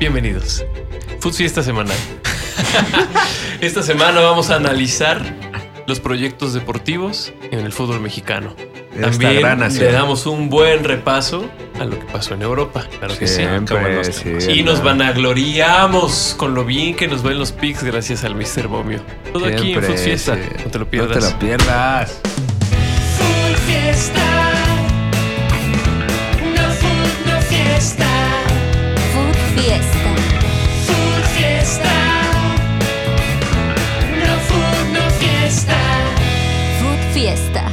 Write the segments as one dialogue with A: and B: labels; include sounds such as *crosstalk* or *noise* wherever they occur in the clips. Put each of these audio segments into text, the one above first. A: Bienvenidos. Futsi esta semana. *laughs* esta semana vamos a analizar los proyectos deportivos en el fútbol mexicano.
B: Esta
A: También
B: gran
A: le
B: nación.
A: damos un buen repaso a lo que pasó en Europa. Claro que sí.
B: Siempre,
C: acaban los
B: sí,
C: temas.
A: Y
B: hermano.
A: nos vanagloriamos con lo bien que nos ven los pics gracias al Mr. Momio. Todo aquí en
B: Siempre,
A: Food Fiesta.
B: sí.
A: No te lo pierdas.
B: No te lo pierdas.
D: Full fiesta. No full, no fiesta.
E: Food Fiesta.
D: Full fiesta. No full, no fiesta.
E: Food Fiesta.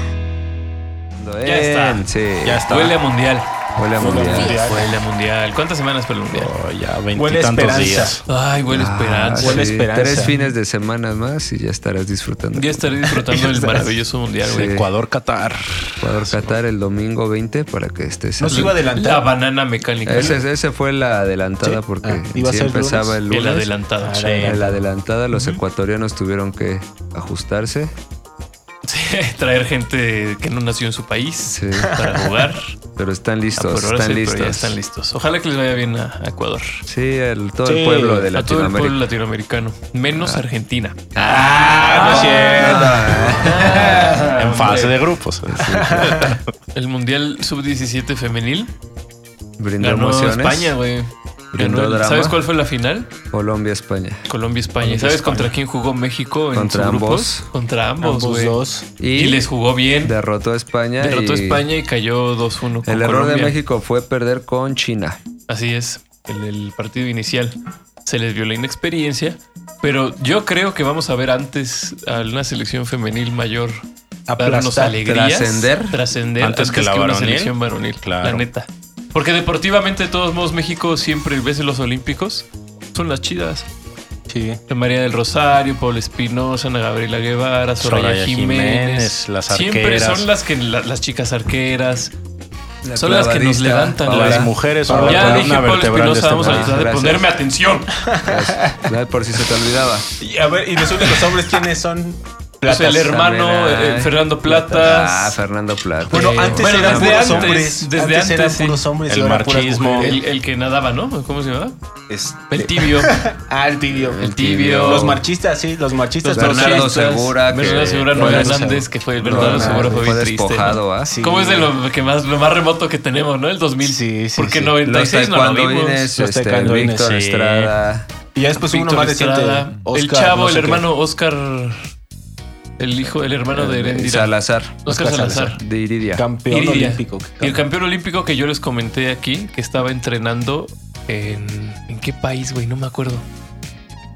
A: Ya está.
B: Sí.
C: Ya está.
A: Huele a mundial.
B: Huele a mundial.
E: mundial.
A: Huele a mundial. ¿Cuántas semanas para el mundial?
C: Oh, ya
F: Huele a
C: veintitantos
F: esperanza.
C: días.
A: Ay, huele a
B: Ah,
A: esperanza.
F: Huele a
B: sí.
F: esperanza.
B: Tres fines de semana más y ya estarás disfrutando.
A: Ya estaré
B: *laughs*
A: disfrutando del maravilloso mundial, güey.
C: Ecuador, Qatar.
B: Ecuador Qatar el domingo 20 para que estés.
F: No se iba a
A: La
F: adelantar.
A: banana mecánica.
B: Ese, ese fue la adelantada
F: Sí.
B: porque
F: Ah, iba a
B: sí
F: ser
B: empezaba el lunes.
A: el adelantado.
F: Ah,
A: Sí.
B: En la adelantada los ecuatorianos tuvieron que ajustarse.
A: Sí, *laughs* Traer gente que no nació en su país
B: Sí.
A: para
B: *laughs*
A: jugar.
B: Pero están listos,
A: apurarse,
B: están
A: Ah, pero ya
B: listos.
A: están listos. Ojalá que les vaya bien a a Ecuador.
B: Sí, el- todo el
F: Sí,
B: pueblo de
A: A todo el pueblo
B: Latinoamérica. Ah.
A: latinoamericano. Menos Argentina. Ah,
C: en fase de grupos. *laughs*
A: El Mundial Sub-17 femenil
B: *laughs* Brindó
A: ganó
B: emociones.
A: España, güey.
B: Brindó
A: Ganó el-
B: drama.
A: ¿Sabes cuál fue la final?
B: Colombia, España.
A: Colombia-España.
F: Colombia,
A: ¿Sabes
F: España.
A: contra quién jugó México en
B: Contra
A: sus
B: ambos.
A: grupos? Contra ambos,
F: Ambos
A: güey.
F: dos.
A: Y, les jugó bien.
B: derrotó a España.
A: Derrotó a
B: y
A: España y cayó 2-1 con
B: El error
A: Colombia.
B: de México fue perder con China.
A: Así es, en el partido inicial se les vio la inexperiencia, pero yo creo que vamos a ver antes a una selección femenil mayor darnos
F: Aplastar,
A: alegrías,
B: trascender.
A: trascender
C: Antes que la
A: una
C: varonil.
A: selección varonil, la
C: Claro.
A: neta. Porque deportivamente, de todos modos, México siempre ves en los Olímpicos son las chidas.
F: Sí.
A: María del Rosario, Paul Espinosa, Ana Gabriela Guevara, Soraya,
C: Soraya
A: Jiménez.
C: Jiménez, las
A: Siempre
C: arqueras.
A: son las que la- las chicas arqueras. Son las que nos
B: clavadista,
A: levantan,
B: Paola.
C: Las mujeres son la
F: Ahora
A: ya dije,
C: columna
A: Paul
C: vertebral de
A: Espinosa,
C: este
A: vamos a
C: país.
A: tratar de
B: Gracias.
A: ponerme atención.
B: Ya de por si se te olvidaba.
F: Y a ver, y resulta que los hombres quiénes son.
A: Pues el hermano
B: También hay.
A: eh, Fernando
B: Ah,
A: Platas,
B: Fernando Plata.
F: Bueno,
A: Eh,
F: antes
A: bueno,
F: eran
A: desde
F: puros
A: antes,
F: hombres.
A: desde
F: antes, eran
A: antes, sí.
F: puros hombres
C: El
F: y ahora puras
C: machismo.
F: mujeres.
A: el, el que nadaba, ¿no? ¿Cómo se llama?
F: Este-
A: El
F: *laughs*
A: tibio.
F: Ah, el tibio.
A: El tibio.
F: Los marchistas, sí, los marchistas.
B: Los
F: pero sí,
B: Bernardo
A: marchistas.
B: Segura, que-
A: Bernardo Segura, no
F: Bernardo
A: Hernández,
F: Segura.
A: que fue el Bernardo
B: No,
A: Segura, fue
B: fue
A: bien triste.
B: despojado, ¿ah?
F: Sí.
A: ¿Cómo es de lo que más lo más remoto que tenemos, no? El 2000.
F: Sí, sí,
A: Porque
F: sí.
B: Los
A: 96 no lo
B: taekwondoines,
A: vimos.
F: Los
B: este,
F: taekwondoines,
B: Víctor
F: sí.
B: Estrada.
F: Y ya después uno
A: Víctor
F: más reciente.
A: Estrada, el
F: Oscar,
A: chavo,
F: no
A: el
F: sé qué.
A: hermano Oscar, el hijo, el hermano de
B: eh,
A: Herendira.
B: Salazar.
A: Oscar
F: Oscar
A: Salazar.
B: De Iridia.
F: Campeón
A: Iridia.
F: olímpico.
A: Y el campeón olímpico que yo les comenté aquí, que estaba entrenando en. ¿En qué país, güey? No me acuerdo.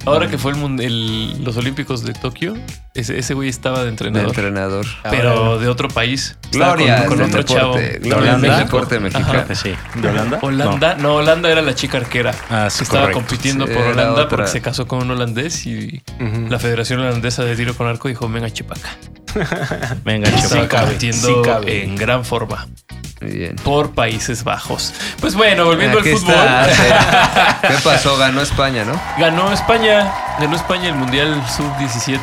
A: Ahora que fue el, mun- el- los Olímpicos de Tokio, ese ese güey estaba de
B: De
A: entrenador,
B: entrenador.
A: pero de otro país. Estaba
B: Gloria
A: con, con
B: del
A: otro chavo.
B: deporte. Gloria del
C: Holanda.
B: deporte mexicano.
C: Creo que sí.
F: ¿De Holanda?
A: Pues Holanda, no. Holanda era la chica arquera.
C: Ah, es
A: que estaba
C: correcto.
A: compitiendo
B: Sí,
A: por
B: era
A: Holanda
B: otra.
A: porque se casó con un holandés y la Federación Holandesa de Tiro con Arco dijo: Venga, Chipaca.
C: Venga,
A: Estaba
C: chaval.
F: cabe,
A: compitiendo
F: sí cabe.
A: en gran forma
B: Muy bien.
A: por Países Bajos. Pues bueno, volviendo
B: Aquí
A: al fútbol. *laughs*
B: está. ¿Qué pasó? Ganó España, ¿no?
A: Ganó España, ganó España el Mundial Sub-17.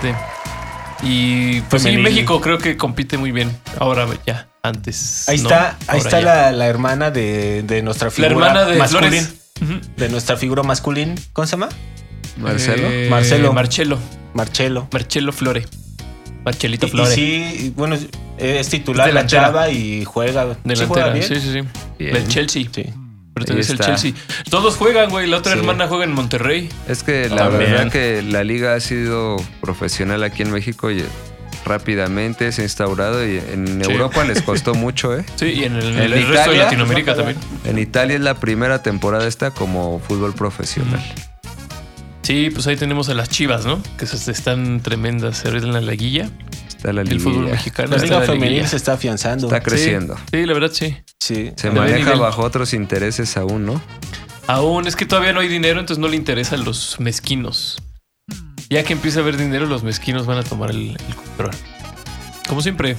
A: Y pues sí,
F: Femenil.
A: México creo que compite muy bien. Ahora ya, antes.
F: Ahí
A: no,
F: está, ahí
A: ahora
F: está
A: ya.
F: la, la hermana de, de nuestra
A: La
F: figura
A: hermana de
F: masculín.
A: Flores. Eh, Ujú.
F: De nuestra figura masculina. ¿Cómo se llama?
B: Marcelo.
A: Eh,
F: Marcelo.
A: Marcelo.
F: Marcelo.
A: Marcelo Flore.
F: Y,
A: Marcelito
F: y
A: Flore.
F: sí, y bueno, es titular
A: Es
F: la
A: delantera.
F: chava y juega. ¿Sí juega
A: Delantera. Sí,
F: bien?
A: sí, sí.
B: Bien.
A: Del Chelsea.
F: Sí.
A: Pertenece al
B: está.
A: Chelsea. Todos juegan, güey. La otra
F: Sí.
A: hermana juega en Monterrey.
B: Es que la
C: También.
B: verdad que la liga ha sido profesional aquí en México y rápidamente se ha instaurado y en
A: Sí.
B: Europa les
A: *laughs*
B: costó mucho, ¿eh?
A: Sí, y en el,
B: En
A: el resto de
B: Italia.
A: Latinoamérica también.
B: En Italia es la primera temporada esta como fútbol profesional.
A: Mm. Sí, pues ahí tenemos a las chivas, ¿no? Que se están tremendas. Se en la laguilla
B: Está la
A: del
B: liga.
A: fútbol mexicano.
F: La
A: está
F: liga
A: la
F: femenil
A: liguilla.
F: se está afianzando.
B: Está creciendo.
A: Sí, sí, la verdad sí.
F: Sí.
B: Se
A: Le da
B: maneja
A: nivel.
B: bajo otros intereses aún, ¿no?
A: Aún es que todavía no hay dinero, entonces no le interesa a los mezquinos. Ya que empieza a haber dinero, los mezquinos van a tomar el, el control. Como siempre,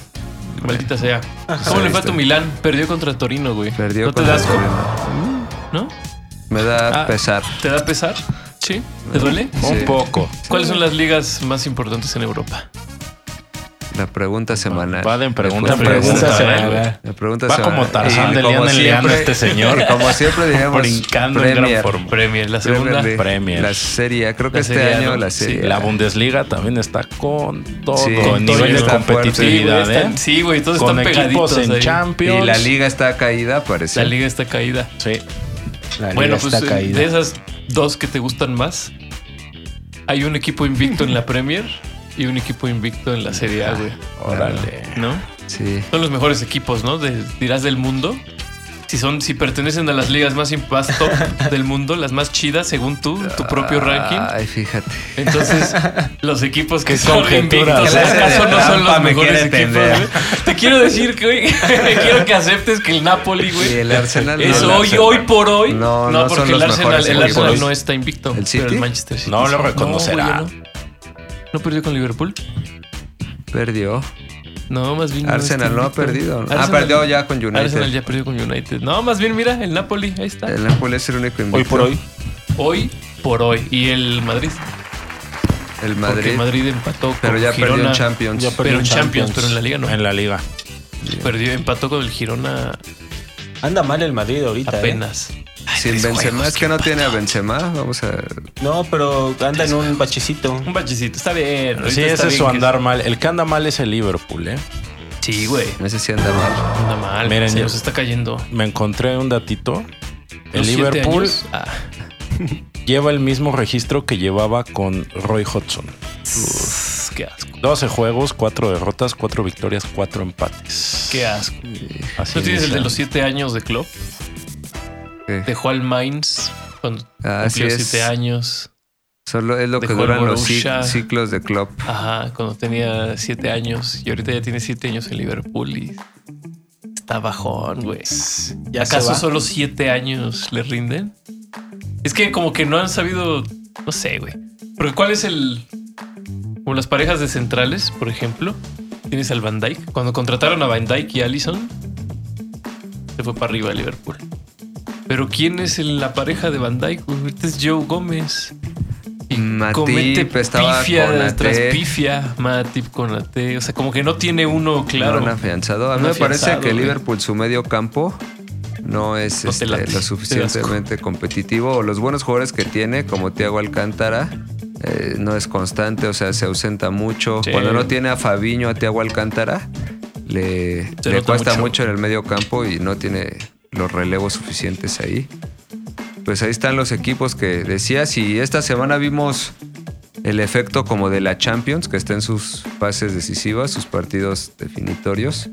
A: maldita sea. ¿Cómo
B: Sí,
A: le fue a
B: está.
A: tu Milán? Perdió contra Torino, güey.
B: Perdió
A: ¿No te
B: contra
A: das co-
B: Torino.
A: ¿No?
B: Me da
A: Ah.
B: pesar.
A: ¿Te da pesar? Sí. ¿Te duele?
B: Sí.
C: Un poco.
A: ¿Cuáles son las ligas más importantes en Europa?
B: La pregunta semanal.
C: Va de pregunta
B: Después
C: en
B: de
C: pregunta.
F: pregunta
C: ¿eh,
F: semanal.
C: güey?
B: La pregunta
C: Va
B: semanal.
C: como Tarzán
B: Y
C: de
B: como
C: liana en liana
B: siempre-
C: este señor.
B: *laughs* Como siempre, digamos.
C: Brincando en gran forma.
A: Premier, la
B: Premier
A: segunda.
B: League.
C: Premier.
B: La serie, A, creo que
A: La
B: este
A: Serie A,
B: año
A: ¿no?
B: la
A: Sí,
B: serie. A.
C: La Bundesliga también está con todo.
B: Sí,
C: el
B: con
A: todo
C: nivel de
A: está Sí, güey,
B: fuerte.
C: competitividad,
A: están-
C: ¿eh?
A: sí, güey, todos
C: Con
A: están
C: equipos
A: pegaditos
C: en
A: ahí.
C: Champions.
B: y la liga está caída, parece.
A: La liga está caída.
C: Sí.
F: La
A: bueno,
F: liga
A: pues
F: está
A: eh,
F: caída.
A: de esas dos que te gustan más, hay un equipo invicto en la Premier y un equipo invicto en la Serie
B: Ah,
A: A, güey.
C: Órale.
A: ¿No?
B: Sí.
A: Son los mejores equipos, ¿no? De- dirás del mundo. Si son, si pertenecen a las ligas más, imp- más
B: *laughs*
A: top del mundo, las más chidas según tú, tu propio ranking.
B: Ay, fíjate.
A: Entonces, los equipos que
C: Qué
A: son
C: conjetura,
A: invictos,
C: o sea,
A: ¿acaso no son
B: trampa
A: los
B: me
A: mejores
B: quiere
A: equipos?
B: tender.
A: güey? Te quiero decir que hoy, quiero *laughs* que aceptes que el Napoli, güey,
B: Y el Arsenal.
A: es
B: no, el
A: hoy,
B: Arsenal.
A: hoy por hoy.
B: No,
A: No,
B: no
A: porque
B: son
A: el
B: los
A: Arsenal,
B: mejores
A: el Arsenal
B: equipos.
A: no está invicto.
B: ¿El
A: Pero
B: City?
A: el Manchester City.
C: No
A: sí.
C: lo reconocerá.
A: No, güey, no. ¿No perdió con Liverpool?
B: Perdió.
A: No, más bien.
B: Arsenal
A: está
B: no ha
A: invicto.
B: perdido. Ah,
A: Arsenal-
B: perdió ya con United.
A: Arsenal ya perdió con United. No, más bien, mira, el Napoli, ahí está.
B: El Napoli es el único invicto.
F: Hoy por hoy.
A: Hoy por hoy. Y el Madrid. Porque
B: El Madrid.
A: Madrid empató
B: Pero
A: con
B: ya
A: Girona.
B: perdió en Champions.
F: Ya
A: Pero en Champions,
F: Champions.
A: pero en la Liga no.
C: En la liga.
A: Perdió, empató con el Girona
F: Anda mal el Madrid ahorita. ¿eh?
A: apenas. Ay,
B: Sin
A: tres
B: Benzema.
A: juegos,
B: Es que no tiene a Benzema. Vamos a.
F: No, pero anda en un bachecito. *laughs*
A: Un bachecito, está bien. ahorita
C: Sí,
A: está
C: ese es
A: bien
C: su
A: que-
C: andar mal. El que anda mal es el Liverpool, ¿eh?
A: Sí, güey.
B: No sé si anda mal.
A: Anda mal.
C: Miren,
A: se
C: yo-
A: nos está cayendo.
C: Me encontré un datito. El
A: Los siete
C: Liverpool
A: años. Ah.
C: lleva el mismo registro que llevaba con Roy Hodgson.
A: Uf, qué asco.
C: 12 juegos, 4 derrotas, 4 victorias, 4 empates.
A: Qué asco.
C: Así
A: ¿Tú tienes el
C: dice.
A: de los siete años de club?
B: Sí.
A: Dejó al Mainz cuando
B: Ah, Así
A: cumplió
B: es.
A: siete años.
B: Solo es lo que
A: Dejó el
B: duran los ci-
A: Borussia.
B: ciclos de club.
A: Ajá, cuando tenía siete años. Y ahorita ya tiene siete años en Liverpool y está bajón, güey.
F: Ya se
A: ¿Acaso
F: va.
A: solo siete años le rinden? Es que como que no han sabido... No sé, güey. Porque ¿cuál es el... Como las parejas de centrales, por ejemplo. Tienes al Van Dyke. Cuando contrataron a Van Dyke y Allison, se fue para arriba a Liverpool. Pero ¿quién es el- la pareja de Van Dyke? güey? Ahorita es Joe Gómez. Y
B: Matip
A: comete
B: estaba
A: pifia
B: Konaté.
A: tras pifia. Matip con la T. O sea, como que no tiene uno claro.
B: No han afianzado. A mí
A: No
B: me parece
A: afianzado,
B: que
A: güey.
B: Liverpool, su medio campo, no es
A: No te
B: este,
A: late, te
B: lo
A: das
B: suficientemente competitivo. O los buenos jugadores que tiene, como Thiago Alcántara, eh, no es constante, o sea, se ausenta mucho.
A: Sí.
B: Cuando no tiene a Fabiño, a Thiago Alcántara, le,
A: Se
B: le
A: nota
B: cuesta
A: mucho.
B: mucho. en el medio campo y no tiene los relevos suficientes ahí. Pues ahí están los equipos que decías y esta semana vimos el efecto como de la Champions, que está en sus fases decisivas, sus partidos definitorios.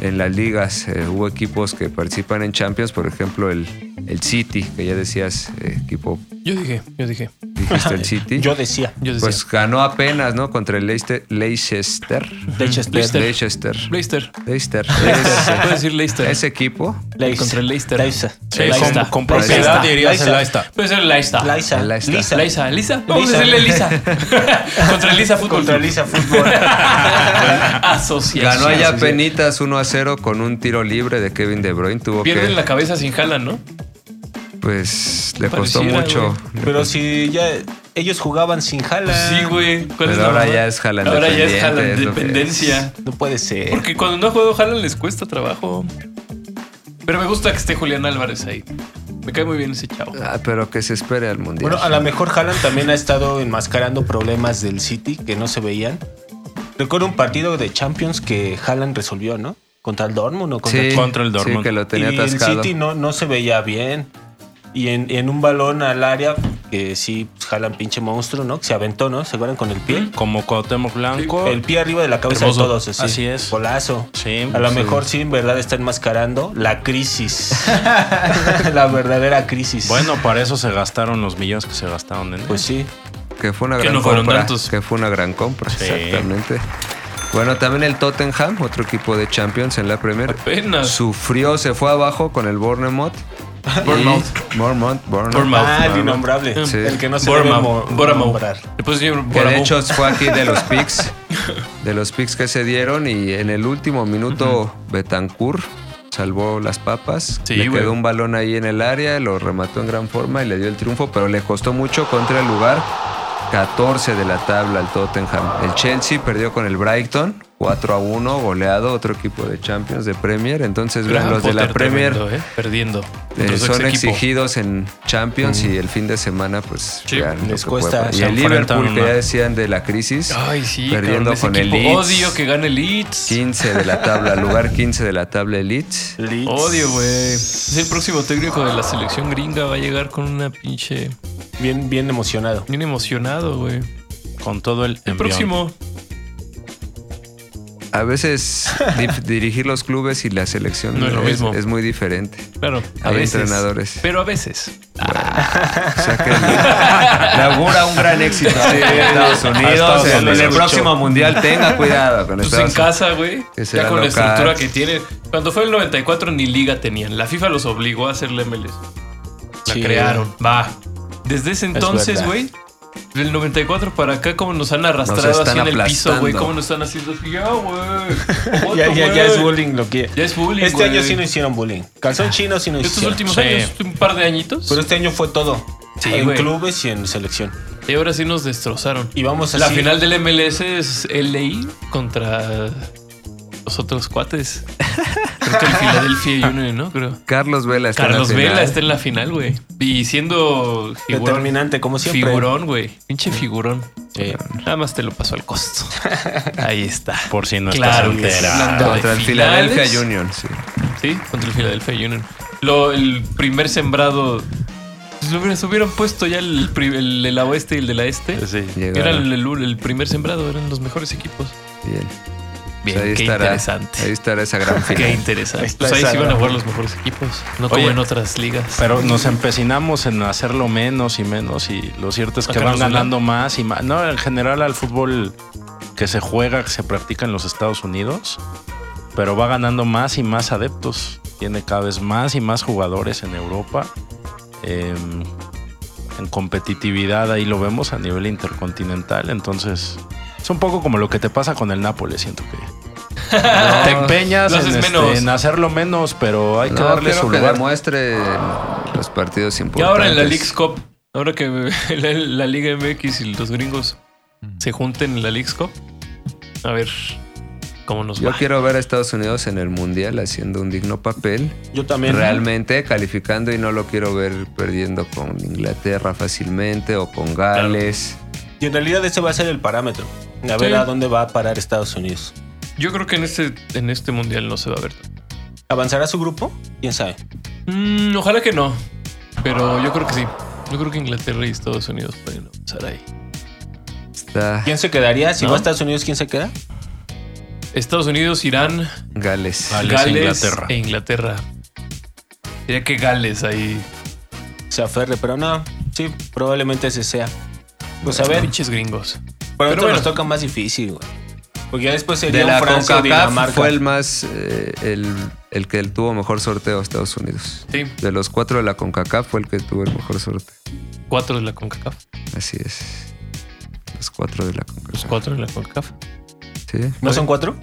B: En las ligas eh, hubo equipos que participan en Champions, por ejemplo el, el City, que ya decías, eh, equipo,
A: Yo dije, yo dije. *laughs*
B: dijiste el City.
F: Yo decía.
A: Yo decía.
B: pues ganó apenas, ¿no? Contra el Leicester. Leicester.
F: Leicester.
A: Leicester.
B: Leicester.
A: Leicester. *laughs*
B: *laughs* Leicester.
A: Leicester.
B: Ese-
A: Puedes decir Leicester.
B: Ese equipo,
F: Leicester.
A: Contra el Leicester.
F: Leicester.
C: Sí,
A: Ahí
C: con,
A: está.
C: con
F: Ahí
C: propiedad
F: está.
C: dirías
F: Ahí
C: el
F: está.
C: ahí está.
A: Puede ser Leicester.
F: Liza.
B: Leicester.
F: Lisa.
A: Lisa, Lisa. Vamos
F: Lisa.
A: a decirle
B: *laughs*
A: Lisa. Contra el Lisa Fútbol.
F: Contra Lisa Fútbol.
A: *laughs* Asociación.
B: ganó allá penitas 1 a 0 con un tiro libre de Kevin De Bruyne. Tuvo que,
A: Pierden la cabeza sin jala, ¿no?
B: pues le costó
A: Pareciera,
B: mucho.
F: Pero si ya ellos jugaban sin jala.
A: Sí, güey. ¿Cuál
B: Pero
A: es la
B: ahora
A: mamá?
B: ya es Haaland
A: Ahora ya es
B: dependiente,
A: Haaland
B: es lo que
A: dependencia.
F: No puede ser.
A: Porque cuando no ha jugado Haaland les cuesta trabajo. Pero me gusta que esté Julián Álvarez ahí. Me cae muy bien ese chavo.
B: Ah, pero que se espere al mundial.
F: Bueno, a lo mejor Haaland también ha estado enmascarando problemas del City que no se veían. Recuerdo un partido de Champions que Haaland resolvió, ¿no? Contra el Dortmund o contra
B: sí,
F: quién.
C: contra el Dortmund.
B: Sí, que lo tenía
F: y el
B: atascado.
F: City no, no se veía bien. Y en, en un balón al área, que sí, pues, Haaland pinche monstruo, ¿no? Que se aventó, ¿no? ¿Se acuerdan con el pie?
C: Como Cuauhtémoc Blanco.
F: El pie arriba de la cabeza
C: Hermoso.
F: de todos. Así,
C: Así es.
F: Golazo.
C: Sí,
F: A lo
C: sí.
F: mejor sí, en verdad está enmascarando la crisis.
C: *laughs*
F: la verdadera crisis.
C: Bueno, para eso se gastaron los millones que se gastaron en él.
F: Pues sí.
B: Que fue una
A: Que
B: gran
A: no fueron
B: compra.
A: tantos.
B: Que fue una gran compra,
C: Sí.
B: exactamente. Bueno, también el Tottenham, otro equipo de Champions en la Premier,
A: Apenas.
B: sufrió, se fue abajo con el Bournemouth.
A: Bournemouth.
B: Y- Bournemouth, Bournemouth.
A: Bournemouth. Mouth,
F: ah, el
A: Mouth.
F: innombrable.
B: Sí.
F: El que no se
A: Borma,
F: debe mo-
A: Borma.
F: nombrar.
A: Le puse yo
B: Que de
A: Boramo.
B: hecho fue aquí
A: *laughs*
B: de los picks. De los picks que se dieron y en el último minuto Betancourt salvó las papas.
A: Sí,
B: le
A: güey.
B: quedó un balón ahí en el área, lo remató en gran forma y le dio el triunfo, pero le costó mucho contra el lugar 14 de la tabla al Tottenham. El Chelsea perdió con el Brighton 4 a 1, goleado, otro equipo de Champions, de Premier. Entonces, vean,
A: Graham
B: los de la
A: Potter
B: Premier
A: tremendo, ¿eh? Perdiendo.
B: eh,
A: Contra su
B: son
A: ex equipo.
B: exigidos en Champions
C: Mm.
B: y el fin de semana, pues,
A: Sí,
B: vean lo
F: les
B: que
F: cuesta,
B: puede pasar. Y
A: se
B: el
A: enfrentan
B: Liverpool, que
A: a- Ah.
B: ya decían de la crisis,
A: Ay, sí,
B: perdiendo
A: cabrón,
B: con
A: de ese
B: el
A: equipo.
B: Leeds.
A: Odio que gane el Leeds.
B: 15 de la tabla, lugar 15 de la tabla Elite.
F: Leeds.
A: Odio, güey. Es el próximo técnico de la selección gringa. Va a llegar con una pinche.
F: Bien, bien emocionado.
A: Bien emocionado, güey.
C: Con todo el,
A: El
C: envión.
A: próximo.
B: A veces di- dirigir los clubes y la selección
A: No es lo mismo.
B: es
A: *laughs*
B: muy diferente.
A: Claro, a
B: Hay
A: veces.
B: entrenadores.
A: Pero a veces.
B: O sea que le augura un gran
F: *laughs*
B: éxito a Estados Unidos.
C: Estados
B: En el,
C: Unidos.
B: próximo mundial tenga cuidado con
A: Pues en
B: Estados
A: casa, güey.
B: Que
A: Ya
B: será
A: con la
B: local.
A: estructura que tiene. Cuando fue el 94 ni liga tenían. La FIFA los obligó a hacer la MLS. La
F: Sí.
A: crearon. Va. Desde ese entonces,
F: verdad.
A: güey. Del 94 para acá, cómo nos han arrastrado
B: Nos
A: así
B: están
A: en el piso, güey.
B: aplastando.
A: Cómo nos están haciendo así. Ya, güey.
F: *laughs* Ya, ya,
A: Otro,
F: ya es
A: güey.
F: bullying lo que.
A: Ya es bullying,
F: Este
A: güey. Ah,
F: año sí no hicieron bullying. Calzón chino sí no
A: Estos
F: hicieron.
A: últimos
C: Sí.
A: años, un par de añitos.
F: Pero este año fue todo.
A: Sí,
F: en
A: güey.
F: clubes y en selección.
A: y ahora sí nos destrozaron.
F: Y vamos a
A: La final del MLS es LI contra los otros
B: *laughs*
A: cuates. Creo que el Philadelphia Union, ¿no? Creo.
B: Carlos Vela está
A: Carlos
B: en la
A: Vela
B: final.
A: está en la final, güey. Y siendo figurón,
F: determinante, como siempre.
A: figurón, güey. Pinche figurón.
C: Sí,
A: Nada más te lo pasó al costo. Ahí está.
C: por si no
A: Claro que
C: estás
A: sí.
C: entera.
A: Hablando de
B: Contra el
A: finales.
B: Philadelphia Union, sí.
A: Sí, contra el Philadelphia Union. Lo, el primer sembrado. pues, lo hubieras- hubieran puesto ya el, pri- el de la oeste y el de la este.
C: Pues, Sí.
A: Era
B: Llegaron.
A: el, el- el primer sembrado, eran los mejores equipos.
B: Bien.
A: Bien,
B: Pues ahí
A: qué
B: estará,
A: interesante.
B: Ahí estará esa gran
A: Qué
B: final.
A: interesante.
F: Ahí
A: Pues ahí
F: está
A: sí
F: esa
A: van a
F: gran-
A: jugar los mejores equipos. No como
C: Oye,
A: en otras ligas.
C: Pero nos empecinamos en hacerlo menos y menos y lo cierto es que
A: Acá
C: van
A: nos ganan.
C: ganando más y más. No, en general al fútbol que se juega, que se practica en los Estados Unidos, pero va ganando más y más adeptos. Tiene cada vez más y más jugadores en Europa. Eh, en competitividad ahí lo vemos a nivel intercontinental, entonces es un poco como lo que te pasa con el Nápoles, siento que te empeñas
A: Ah, Lo
C: en,
A: haces
C: este,
A: menos.
C: en hacerlo menos, pero hay que
B: No,
C: darle
B: quiero
C: su
B: que
C: lugar.
B: demuestre los partidos
A: y
B: importantes.
A: ahora en la Leagues Cup, ahora que *laughs* la, la Liga MX y los gringos se junten en la Leagues Cup, a ver cómo nos
B: Yo
A: va.
B: quiero ver a Estados Unidos en el mundial haciendo un digno papel.
F: Yo también.
B: realmente calificando y no lo quiero ver perdiendo con Inglaterra fácilmente o con Gales.
F: Y en realidad ese va a ser el parámetro. A ver
A: Sí.
F: a dónde va a parar Estados Unidos.
A: Yo creo que en este, en este mundial no se va a ver.
F: ¿Avanzará su grupo? ¿Quién sabe?
A: Mm, ojalá que no, pero yo creo que sí. Yo creo que Inglaterra y Estados Unidos pueden avanzar ahí.
B: Está
F: ¿Quién se quedaría? Si
A: ¿No?
F: va a Estados Unidos, ¿quién se queda?
A: Estados Unidos, Irán,
B: Gales.
C: Vale. Gales
A: Gales,
C: e Inglaterra.
A: Inglaterra. e Inglaterra. Diría que Gales ahí.
F: Se aferre, pero no. Sí, probablemente ese sea. Pues a ver,
A: Pinches gringos.
F: pero ahorita
A: bueno.
F: nos toca más difícil, güey. Porque ya después sería
B: De
F: un
B: la
F: Francia o
B: CONCACAF
F: Dinamarca.
B: fue el más eh, el, el que tuvo mejor sorteo Estados Unidos.
A: Sí,
B: De los cuatro de la CONCACAF fue el que tuvo el mejor sorteo.
A: cuatro de la CONCACAF.
B: Así es. Los cuatro de la
A: Los
B: CONCACAF.
A: Pues cuatro de la CONCACAF.
B: Sí.
F: ¿No son cuatro?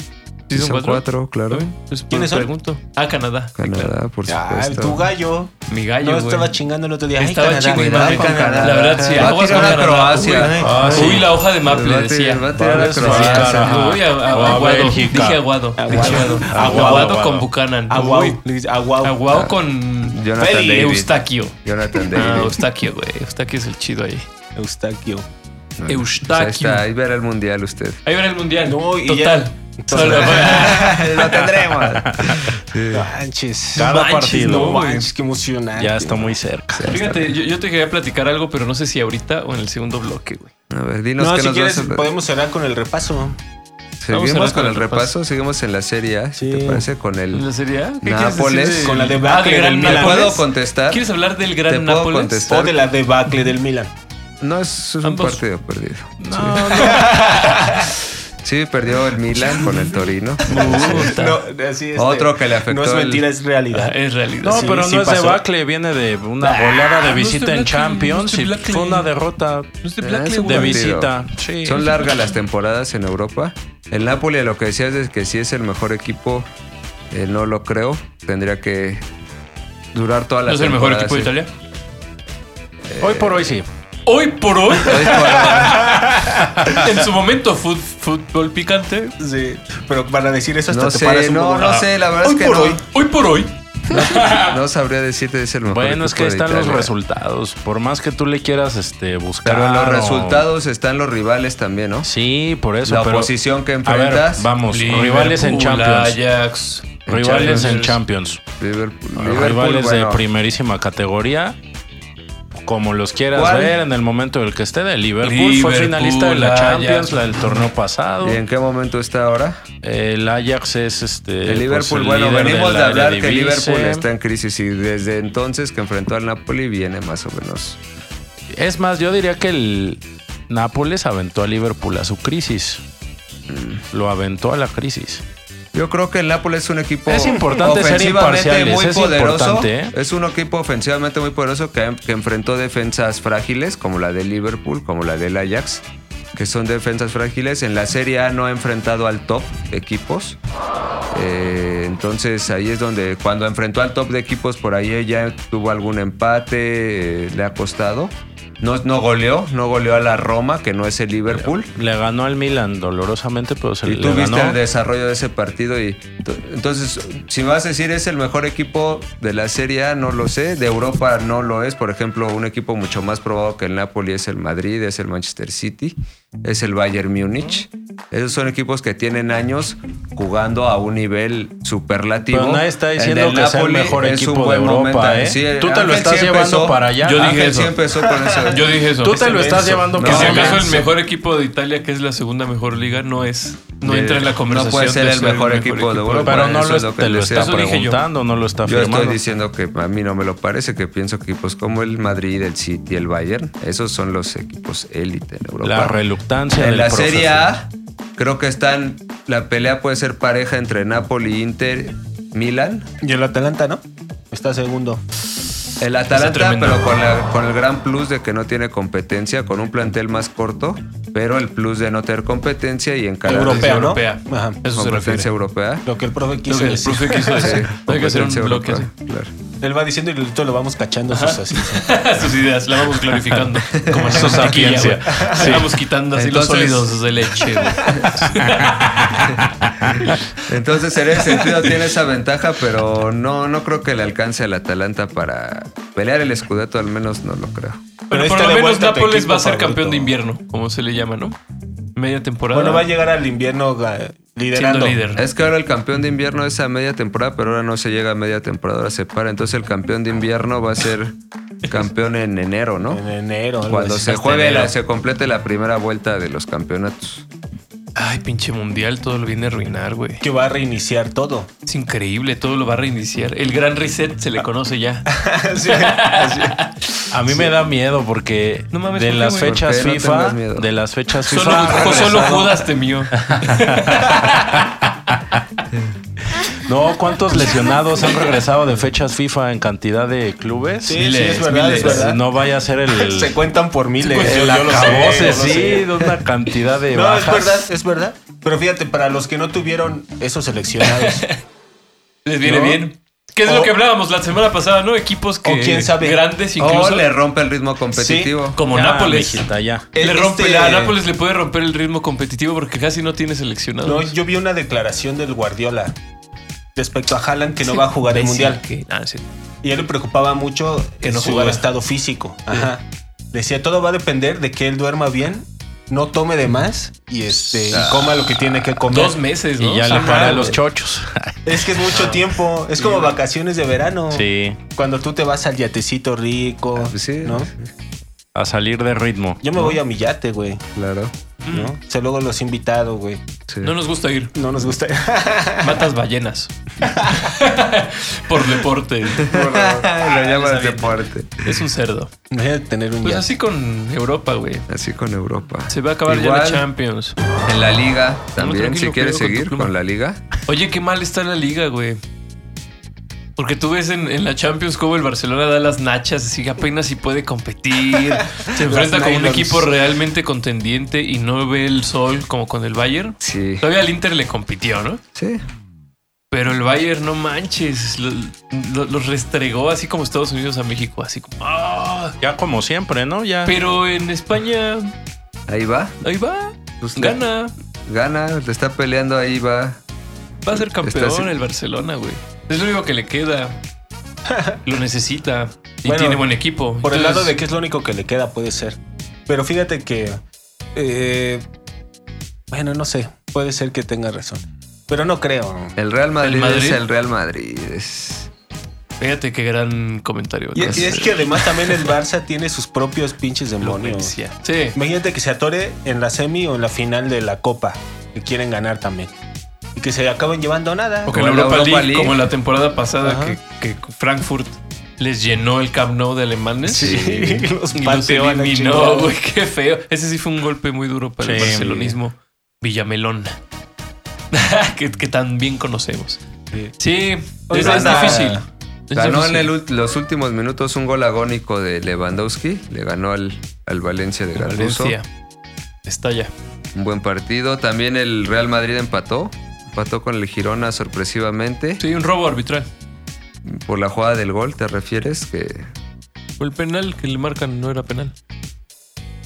A: Sí,
B: Sí,
A: son cuatro.
B: claro.
A: Está bien. Entonces,
F: ¿Quiénes
A: me
F: son?
A: pregunto. Ah, Canadá. Sí, claro.
B: Canadá, por
F: Ay,
B: supuesto.
F: tu gallo.
A: Mi gallo.
F: no
A: güey.
F: estaba chingando el otro día. Ay,
A: Estaba
F: Canadá,
A: chingo y
F: Canadá,
A: madre.
F: Canadá.
A: La verdad, sí.
B: Va a
A: aguas con
B: tirar a
A: Canadá.
B: Croacia.
A: Uy,
C: Ah, sí.
A: Uy, la hoja de
B: Va
A: Maple
B: a tirar-
A: decía.
B: va a tirar a
C: Vale, sí,
B: Croacia.
C: claro. Ajá.
A: Uy, a- a-
C: O a
A: aguado.
C: Bélgica.
A: Dije aguado.
F: Aguado.
A: Dije aguado.
F: Aguado.
A: Aguado con Buchanan.
F: Aguau.
A: Uy,
F: Le dice, Aguau.
A: Aguado con
B: Jonathan
A: Feli
B: David.
A: Eustaquio.
B: *laughs* Jonathan David.
A: Ah, Eustaquio, güey. Eustaquio es el chido ahí.
F: Eustaquio.
B: Bueno,
A: Eustaquio.
B: pues ahí está, ahí verá el mundial usted.
A: Ahí verá el mundial.
F: No, y
A: Total.
F: ya-
A: Solo-
F: *laughs*
B: Lo tendremos. *laughs* Sí.
F: Manches.
C: Cada
F: Manches,
C: partido,
F: No
C: güey.
F: manches, qué emocionante.
C: Ya está muy cerca.
A: Fíjate, yo, yo te quería platicar algo, pero no sé si ahorita o en el segundo bloque, güey.
B: A ver, dinos
F: No,
B: qué
F: si
B: nos
F: quieres,
B: vas a...
F: podemos cerrar con el repaso.
A: Vamos a
B: Seguimos
A: hablar
B: con el repaso, seguimos en la Serie A, si
F: Sí.
B: te parece, con
A: ¿La
B: el...
A: serie A? ¿Qué
B: Nápoles.
A: quieres decir
F: Con la debacle
A: Ah, de
F: del
A: Gran
F: Milan.
B: ¿Te
A: Nápoles.
B: puedo contestar?
A: ¿Quieres hablar del Gran
B: ¿Te puedo
A: Nápoles?
B: contestar?
F: O de la debacle del Milan.
B: No, es un
A: Ambos.
B: partido perdido.
A: No, no.
B: *laughs* Sí, perdió el Milan con el Torino.
A: Puta.
F: *laughs* No, así es.
B: Otro que le afectó
F: No es
B: el-
F: mentira, es
A: Ah,
F: realidad.
A: Es realidad.
C: No,
F: Sí,
C: pero
F: sí
C: no es
F: pasó.
C: debacle, viene de una
A: Ah,
C: goleada de
A: no es
C: visita
A: debacle,
C: en Champions
A: no es
C: y
A: debacle.
C: fue una derrota
A: No es de
B: Ah,
A: Black
B: es un
C: de
B: Partido.
C: visita. Sí.
B: Son largas las temporadas en Europa. El Napoli, lo que decías es que si es el mejor equipo, eh, no lo creo. Tendría que durar toda la
A: ¿No es el mejor
B: temporada,
A: equipo de
B: sí. *laughs*
A: Italia?
C: Hoy por hoy sí.
A: Hoy *laughs* por hoy.
B: Hoy por-
A: en su momento, fut- fútbol picante.
F: Sí, pero para decir eso *laughs* hasta
B: No
F: te paras
B: sé,
F: un
B: no,
F: poco.
B: no sé, la verdad
A: hoy
B: es que
A: por
B: no.
A: hoy, hoy por hoy.
B: No sabría decirte, es el mejor.
C: Bueno, es
B: equipo
C: que
B: de
C: están los
B: Italia.
C: resultados. Por más que tú le quieras este, buscar.
B: Pero en los
C: o-
B: resultados están los rivales también, ¿no?
C: Sí, por eso.
B: La
C: pero-
B: oposición que
C: A ver,
B: enfrentas.
C: vamos, rivales en
A: Liverpool,
C: Champions.
A: Ajax.
C: Rivales en
A: Champions.
C: Champions.
B: Liverpool, Liverpool,
C: rivales
B: bueno,
C: de primerísima categoría. Como los quieras
B: ¿Cuál?
C: ver en el momento del que esté de Liverpool, fue
A: Liverpool,
C: finalista de la
A: Ajax.
C: Champions, la del torneo pasado.
B: ¿Y en qué momento está ahora?
C: El Ajax es este.
B: el Liverpool,
C: pues,
B: bueno,
C: el líder
B: venimos de
C: la
B: hablar que
C: Eredivisie.
B: Liverpool está en crisis y desde entonces que enfrentó al Napoli viene más o menos.
C: Es más, yo diría que el Nápoles aventó a Liverpool a su crisis.
B: Mm.
C: Lo aventó a la crisis.
B: Yo creo que el Napoli es un equipo
C: Es importante ser imparciales,
B: muy
C: es
B: poderoso.
C: importante, ¿eh?
B: Es un equipo ofensivamente muy poderoso que, que enfrentó defensas frágiles como la de Liverpool, como la del Ajax, que son defensas frágiles. En la Serie A no ha enfrentado al top de equipos. Eh, entonces ahí es donde cuando enfrentó al top de equipos por ahí ella tuvo algún empate, eh, le ha costado. No, no goleó, no goleó a la Roma, que no es el Liverpool.
C: Le ganó al Milan dolorosamente, pero se
B: Y
C: le
B: tú viste
C: ganó.
B: el desarrollo de ese partido y t- entonces si me vas a decir es el mejor equipo de la Serie A, no lo sé, de Europa no lo es, por ejemplo, un equipo mucho más probado que el Napoli es el Madrid, es el Manchester City, es el Bayern Múnich. Esos son equipos que tienen años jugando a un nivel superlativo.
C: Pero nadie está diciendo
B: del
C: que sea el mejor
B: es
C: equipo
B: un
C: de
B: buen
C: Europa,
B: momento.
C: ¿eh?
B: Sí,
C: Tú te lo
B: Ángel
C: estás
B: sí
C: llevando
B: empezó-
C: para allá.
A: Yo dije
B: Ángel sí
A: eso.
B: empezó
C: *laughs*
B: con eso.
A: Yo dije eso.
C: Tú te lo estás
B: menso.
C: llevando
B: No,
A: Que si acaso
C: para
A: el mejor equipo de Italia, que es la segunda mejor liga, no es, no
B: Eh,
A: entra en la
B: no
A: conversación.
B: puede ser
A: de
B: el mejor equipo
A: *laughs*
B: de Europa.
C: Pero no
B: Eso
C: lo
B: es lo
C: es-
B: que
C: te lo
B: decía.
C: está
A: Eso dije yo.
C: preguntando, no lo está
B: Yo estoy
C: afirmando.
B: diciendo que a mí no me lo parece, que pienso que equipos como el Madrid, el City, el Bayern, esos son los equipos élite en Europa.
C: La reluctancia
B: en
C: del
B: la
C: profe.
B: Serie A, creo que están. La pelea puede ser pareja entre Napoli, Inter, Milan.
F: Y el Atalanta, ¿no? Está segundo.
B: El
A: Está
B: Atalanta,
A: tremendo.
B: pero con, la- con el gran plus de que no tiene competencia, con un plantel más corto, pero el plus de no tener competencia y encarar
F: Europea, ¿no?
A: Europea.
F: Ajá.
A: Eso se refiere.
B: competencia europea.
F: Lo que el profe
A: Lo
F: quiso
A: que el
F: decir.
B: *laughs*
A: profe quiso
B: Sí,
A: decir. Hay que hacer un
B: competencia
A: bloque así.
B: europea, claro.
F: Él va diciendo y nosotros lo vamos cachando sus así.
A: Sus ideas, la vamos clarificando. Como la
C: Su
A: mantequilla,
C: sapiencia.
A: güey. Le Vamos quitando así los
B: Entonces-
A: sólidos de leche, güey.
B: Entonces, en ese sentido tiene esa ventaja, pero no, no creo que le alcance al Atalanta para pelear el escudeto, al menos no lo creo.
A: Pero
F: ahí
A: por
F: está
A: lo menos
F: de vuelta tu
A: Nápoles
F: equipo
A: va a ser
F: favorito.
A: campeón de invierno, como se le llama, ¿no? Media temporada.
F: Bueno, va a llegar al invierno ga- liderando.
A: siendo líder.
B: Es que ahora el campeón de invierno es a media temporada, pero ahora no se llega a media temporada, ahora se para. Entonces el campeón de invierno va a ser campeón en enero, ¿no?
F: En enero. algo
B: Cuando
F: así.
B: se
A: Este
F: Hasta
B: juegue,
F: enero.
B: la- se complete la primera vuelta de los campeonatos.
A: Ay, pinche mundial, todo lo viene a arruinar, güey.
F: Que va a reiniciar todo.
A: Es increíble, todo lo va a reiniciar. El gran reset se le conoce ya.
F: Ah, Sí, así.
C: A mí me da miedo porque
A: No mames,
C: de,
A: ¿por qué,
C: las
A: güey?
C: fechas
B: ¿Por qué no
C: FIFA,
B: tengas miedo?
C: de las fechas FIFA,
A: Solo,
C: han
A: ju- solo
C: regresado-
A: Judas
F: *laughs*
A: temió.
C: No, ¿cuántos lesionados han regresado de fechas FIFA en cantidad de clubes?
F: Sí,
A: Miles,
F: sí, es verdad,
A: miles.
F: es verdad.
C: No vaya a ser el,
F: *laughs* Se cuentan por miles.
A: Pues yo-
F: el
A: yo lo sé,
F: acabose,
A: yo lo
C: sí,
F: sí.
C: de una cantidad de
F: *laughs* No, es
C: bajas.
F: verdad, es verdad. Pero fíjate, para los que no tuvieron esos seleccionados,
A: Les viene
F: ¿No?
A: bien. ¿Qué es
F: O-
A: lo que hablábamos la semana pasada, no? Equipos que
F: O quién sabe.
A: grandes
B: Incluso
A: incluso.
B: le rompe el ritmo competitivo.
A: Como
C: Ya,
A: Nápoles.
C: mijita, ya.
A: Le
F: Este-
A: rompe, A Nápoles le puede romper el ritmo competitivo porque casi no tiene
F: no,
A: seleccionados.
F: yo vi una declaración del Guardiola respecto a Haaland que no va a jugar el
A: Decía
F: mundial.
A: que- ah, sí.
F: Y a él le preocupaba mucho
A: Que no
F: su
A: jugara.
F: estado físico. Ajá. Decía, todo va a depender de que él duerma bien, no tome de más y, este, y coma lo que tiene que comer.
A: Dos meses, ¿no? Ah,
C: Y ya le
A: Ajá,
C: para
A: güey.
C: los chochos. *laughs*
F: Es que es mucho tiempo. Es como vacaciones de verano.
C: Sí,
F: Cuando tú te vas al yatecito rico,
B: pues sí.
F: ¿no?
C: a salir de ritmo.
F: Yo me voy a mi yate, güey,
B: Claro.
F: ¿no? O sea, luego los he invitado, güey.
B: sí.
A: No nos gusta ir.
F: No nos gusta.
A: Matas ballenas. Por deporte.
B: *laughs* Lo
A: Ah,
B: llamas
A: bien.
B: deporte.
A: Es un cerdo.
F: *laughs* Imagínate tener un
A: Pues
F: yate.
A: así con Europa, güey.
B: Así con Europa.
A: Se va a acabar ya la
B: Igual,
A: Champions.
B: En la liga también,
A: tranquilo,
B: si
A: cuidado con
B: quieres
A: tu
B: seguir
A: pluma.
B: con la liga.
A: Oye, qué mal está la liga, güey. Porque tú ves en, en la Champions cómo el Barcelona da las nachas, así que apenas si puede competir. Se enfrenta con un
F: nylons.
A: equipo realmente contendiente y no ve el sol como con el Bayern.
B: Sí.
A: Todavía al Inter le compitió, ¿no?
B: Sí.
A: Pero el Bayern, no manches, lo- lo- los restregó así como Estados Unidos a México, así como... "Ah".
C: Ya como siempre, ¿no? Ya.
A: Pero en España
B: Ahí va.
A: Ahí va.
B: Pues,
A: Gana.
B: Gana, le está peleando, ahí va.
A: Va a ser campeón
B: Está así.
A: el Barcelona, güey. Es lo único que le
F: *laughs*
A: queda. Lo necesita. Y
F: Bueno,
A: tiene buen equipo.
F: Por el
A: Entonces,
F: lado de que es lo único que le queda, puede ser. Pero fíjate que. eh, bueno, no sé. Puede ser que tenga razón. Pero no creo.
B: El Real Madrid, es
A: Madrid?
B: el Real Madrid. es-
A: Fíjate qué gran comentario.
F: Y,
A: acabas
F: y
A: de
F: es
A: hacer.
F: que además también
A: *laughs*
F: el Barça tiene sus propios pinches demonios.
A: Violencia. Sí.
F: Imagínate que se atore en la semi o en la final de la Copa, que quieren ganar también. Y que se acaben llevando nada.
A: O que
B: Como
A: la
B: la
A: Europa,
B: Europa
A: League,
B: League.
A: como la temporada pasada
F: Ajá.
A: que, que Frankfurt les llenó el Camp Nou de alemanes.
B: Sí.
F: *laughs*
A: *laughs*
F: los
A: Y los
F: pateó a la chingada.
A: eliminó, güey, qué feo. Ese sí fue un golpe muy duro para el
C: Sí.
A: barcelonismo villamelón. *laughs* que, que tan bien conocemos.
F: Sí.
A: Sí,
F: Hoy
A: es,
F: no
A: es
F: anda-
A: difícil. Es
B: Ganó en
A: difícil.
B: el ult- los últimos minutos un gol agónico de Lewandowski. Le ganó al, al Valencia de Gattuso.
A: Valencia. Estalla.
B: Un buen partido. También el Real Madrid empató. Empató con el Girona sorpresivamente.
A: Sí, un robo arbitral.
B: Por la jugada del gol, ¿te refieres? Que
A: O el penal que le marcan no era penal.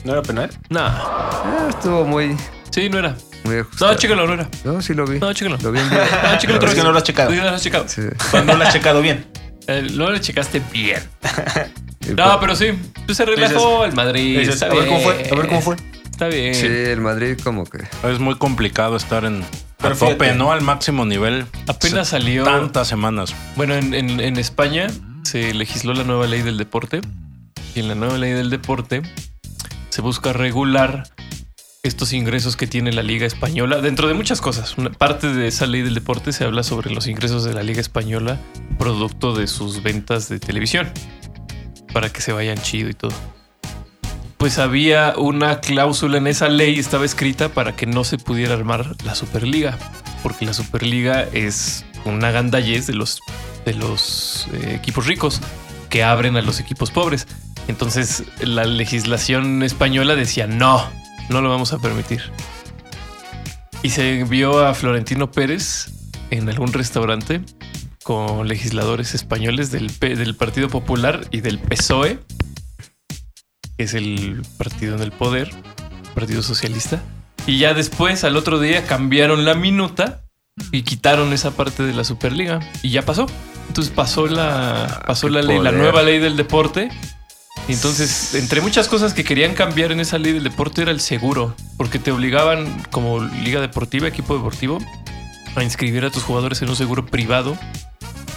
F: ¿No era penal?
A: Nah.
B: ah, estuvo muy,
A: Sí, no era.
B: muy
A: No,
B: ajustado.
A: chécalo,
F: *laughs*
A: no era.
B: No, sí lo vi.
A: No, chécalo.
B: Lo vi
A: *laughs*
B: en video.
A: No, chécalo otra vez.
F: Es que no lo has checado.
A: Sí, no lo has checado.
B: Sí.
F: No lo has
A: *laughs*
F: checado bien.
A: Eh, No lo checaste bien.
B: El
A: No,
B: pa-
A: pero sí. Pues se relajó el Madrid.
F: Dices,
A: está
F: a ver cómo fue,
A: bien.
F: a ver cómo fue.
A: Está bien.
B: Sí, el Madrid como que...
C: Es muy complicado estar en a
F: Pero
C: tope,
F: fíjate.
C: ¿no? Al máximo nivel.
A: Apenas
C: Se-
A: salió.
C: Tantas semanas.
A: Bueno, en, en- en España se legisló la nueva ley del deporte y en la nueva ley del deporte se busca regular estos ingresos que tiene la Liga Española dentro de muchas cosas. Una parte de esa ley del deporte se habla sobre los ingresos de la Liga Española producto de sus ventas de televisión para que se vayan chido y todo. Pues había una cláusula en esa ley, estaba escrita para que no se pudiera armar la Superliga, porque la Superliga es una gandallez de los de los eh, equipos ricos que abren a los equipos pobres. Entonces la legislación española decía no, no lo vamos a permitir. Y se vio a Florentino Pérez en algún restaurante con legisladores españoles del, P- del Partido Popular y del PSOE, que es el partido en el poder, Partido Socialista. Y ya después, al otro día, cambiaron la minuta y quitaron esa parte de la Superliga. Y ya pasó. Entonces pasó la, pasó
B: qué
A: la ley, la
B: poder.
A: nueva ley del deporte. Y entonces, entre muchas cosas que querían cambiar en esa ley del deporte era el seguro, porque te obligaban como liga deportiva, equipo deportivo, a inscribir a tus jugadores en un seguro privado.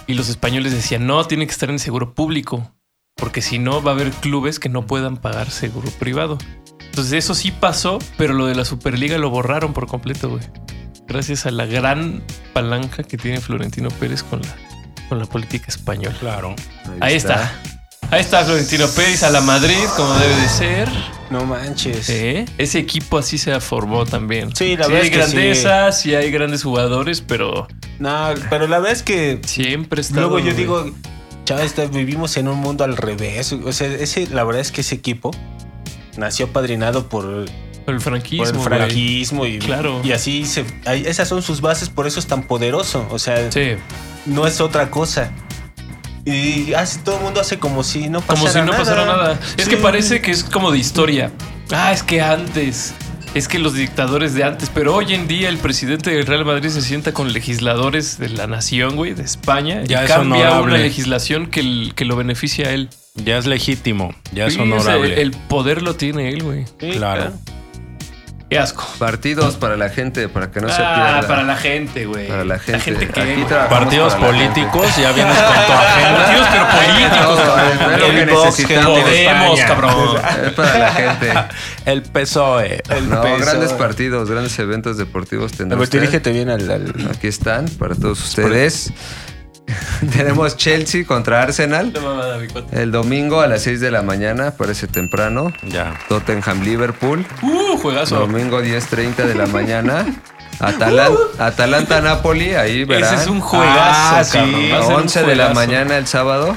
A: Y los españoles decían, no, tiene que estar en seguro público, porque si no va a haber clubes que no puedan pagar seguro privado. Entonces eso sí pasó, pero lo de la Superliga lo borraron por completo, güey. Gracias a la gran palanca que tiene Florentino Pérez con la, con la política española.
C: Claro.
A: Ahí está. Ahí está Florentino Pérez a la Madrid, como debe de ser.
F: No manches.
A: ¿Eh? Ese equipo así se formó también.
F: Sí, la
A: sí
F: verdad
A: hay
F: es que sí.
A: grandeza, sí. hay grandes jugadores, pero
F: No, pero la verdad es que
A: siempre está.
F: luego yo digo, chavales, te- vivimos en un mundo al revés. O sea, ese, la verdad es que ese equipo nació padrinado por,
A: El
F: por el
A: franquismo. güey.
F: franquismo y,
A: Claro.
F: y así se, ahí- esas son sus bases, por eso es tan poderoso. O sea,
A: Sí,
F: no es otra cosa. Y hace, todo el mundo hace como si no pasara
A: como si no pasara nada. Es
F: Sí.
A: que parece que es como de historia. Ah, es que antes. Es que los dictadores de antes. Pero hoy en día el presidente del Real Madrid se sienta con legisladores de la nación, güey, de España.
C: Ya
A: y
C: es
A: cambia una
C: honorable.
A: legislación que, el- que lo beneficia a él.
C: Ya es legítimo. Ya es
A: Sí, o sea,
C: honorable.
A: el poder lo tiene él, güey.
F: Sí,
C: claro.
A: Qué asco.
B: Partidos para la gente, para que no se
A: ah,
B: pierda.
A: para la gente, güey.
B: Para la gente.
A: que
B: Aquí
A: güey.
B: trabajamos
C: Partidos
B: para la gente.
C: políticos, ya vienes con
A: *laughs*
C: tu agenda.
A: Partidos, pero políticos,
B: No, es lo que
F: El box,
B: necesitamos.
A: Podemos,
F: España.
A: cabrón. *laughs*
B: Es para la gente.
C: El PSOE.
F: El
B: No,
F: peso.
B: grandes partidos, grandes eventos deportivos tendrá
F: Alberto,
B: usted.
F: dirígete bien al- al, Pues,
B: Aquí están para todos ustedes. *laughs* Tenemos Chelsea contra Arsenal
A: No mamada, mi cuate.
B: el domingo a las 6 de la mañana, parece temprano.
C: Ya.
B: Tottenham Liverpool,
A: Uh, juegazo.
B: domingo 10:30 de la mañana.
A: *laughs*
B: Atalanta Napoli, ahí verán.
A: Uh. Ese es un juegazo,
F: Ah, sí.
A: cabrón. Va a ser un
B: 11 de la
A: juegazo.
B: mañana el sábado.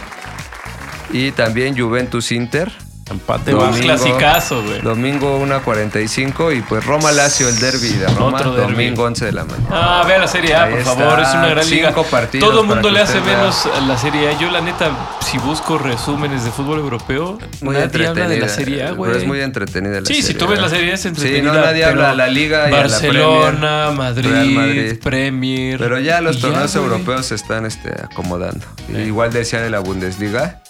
B: Y también Juventus Inter
C: Empate
B: No,
A: Un
C: va.
B: Domingo.
A: clasicazo, güey.
B: Domingo 1.45 y pues Roma Lazio, el derby de Roma.
A: Otro derbi.
B: Domingo 11 de la mañana.
A: Ah, vea la Serie A,
B: Ahí
A: por
B: está.
A: favor, es una gran liga.
B: Cinco partidos
A: Todo
B: para
A: mundo
B: que
A: le hace
B: usted vea.
A: menos a la Serie A. Yo, la neta, si busco resúmenes de fútbol europeo,
B: Muy
A: nadie
B: entretenida.
A: habla de la Serie A, güey.
B: Pero es muy entretenida la
A: Sí,
B: serie.
A: si tú ves la Serie A, es entretenida.
B: Sí, no, nadie
A: pero
B: habla de la Liga y de la Premier.
A: Barcelona, Madrid,
B: Real Madrid.
A: Premier.
B: Pero ya
A: y
B: los torneos
A: güey. Eh.
B: europeos se están este, acomodando. Igual decía de la Bundesliga.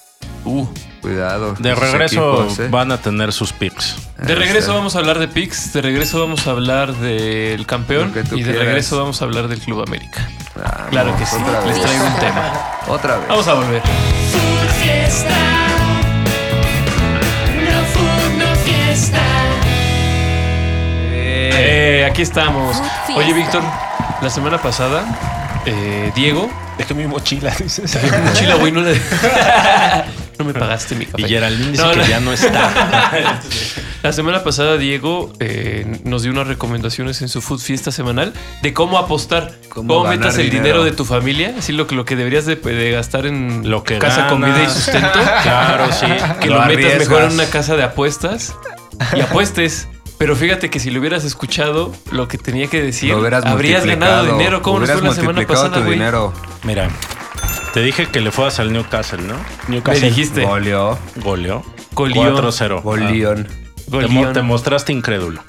A: Uh,
B: Cuidado.
C: De
B: esos
C: regreso
B: equipos, ¿eh? Este,
C: van a tener sus picks.
A: de
B: Ahí
A: regreso
B: está.
A: vamos a hablar de picks, de regreso vamos a hablar del campeón
B: Lo que tú
A: y de
B: quieras.
A: regreso vamos a hablar del Club América.
B: Ah,
A: Claro que
B: vamos,
A: sí,
B: Otra
A: les
B: vez.
A: traigo *laughs* un tema.
B: Otra vez.
A: Vamos a volver.
D: Food Fiesta. No Food No Fiesta.
A: Eh, aquí estamos.
E: Food
A: Oye,
E: fiesta.
A: Víctor, la semana pasada, eh, Diego,
F: Dejé mi mochila. *laughs* dices.
A: mochila, güey, no le. *laughs* no me pagaste mi café.
C: Y Geraldine dice
A: No,
C: que
A: no.
C: ya no está.
A: La semana pasada, Diego eh, nos dio unas recomendaciones en su Food Fiesta semanal de cómo apostar, cómo,
B: Cómo ganar
A: metas el dinero.
B: dinero
A: de tu familia, así lo, que- lo que deberías de, de gastar en
C: Lo que
A: casa,
C: ganas.
A: comida y sustento.
B: *laughs*
C: claro, sí.
A: que lo,
B: Lo
A: metas
B: arriesgas.
A: mejor en una casa de apuestas y apuestes. Pero fíjate que si lo hubieras escuchado, lo que tenía que decir,
B: Lo hubieras
A: habrías ganado
B: multiplicado,
A: dinero. ¿Cómo nos
B: hubieras
A: fue la semana
B: multiplicado
A: pasada,
B: tu
A: güey?
B: dinero.
C: Mira, te dije que le fueras al Newcastle, ¿no?
A: Me dijiste,
B: Goleó.
C: Goleó.
A: Goleó.
C: 4-0.
B: Goleón.
C: Ah, te, mo- te mostraste incrédulo.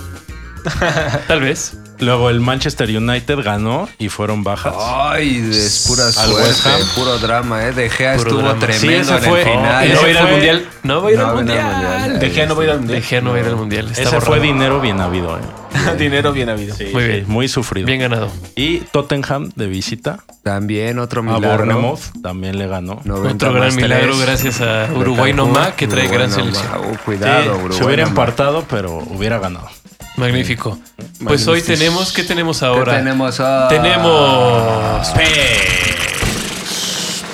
A: tal vez.
C: Luego el Manchester United ganó y fueron bajas.
B: Ah, Ay, es pura
C: Al West
B: suerte,
C: Ham.
B: puro drama, ¿eh? De Gea estuvo
A: drama.
B: tremendo
C: Sí, ese
B: en
C: fue-
B: el final. ¿eh?
A: ¿Y
C: ese
A: no va a ir al
C: fue-
A: mundial. No va a ir
B: No
A: al
B: va a ir al
A: mundial.
B: mundial.
F: Dejé no voy a ir al mundial.
A: Dejé no va a ir al mundial. está
C: Ese fue
A: borrado.
C: dinero bien habido, ¿eh?
F: *laughs* Dinero bien habido.
C: Sí,
A: Muy
C: sí,
A: bien.
C: muy sufrido.
A: Bien ganado.
C: Y Tottenham de visita
B: También otro
C: a
B: milagro.
C: Bournemouth también le ganó.
B: 90
A: Otro gran
B: más
A: milagro
B: tres.
A: gracias a
B: De
A: Uruguay
B: Cancún.
A: Nomá, que trae
B: Uruguay
A: gran
B: Nomá.
A: selección.
B: Uh, cuidado,
C: Sí,
B: Uruguay
C: se hubiera
B: Nomá.
C: empatado, pero hubiera ganado.
A: Magnífico. Pues hoy tenemos, ¿qué tenemos
B: ¿Qué
A: ahora?
B: tenemos? Ah,
A: Tenemos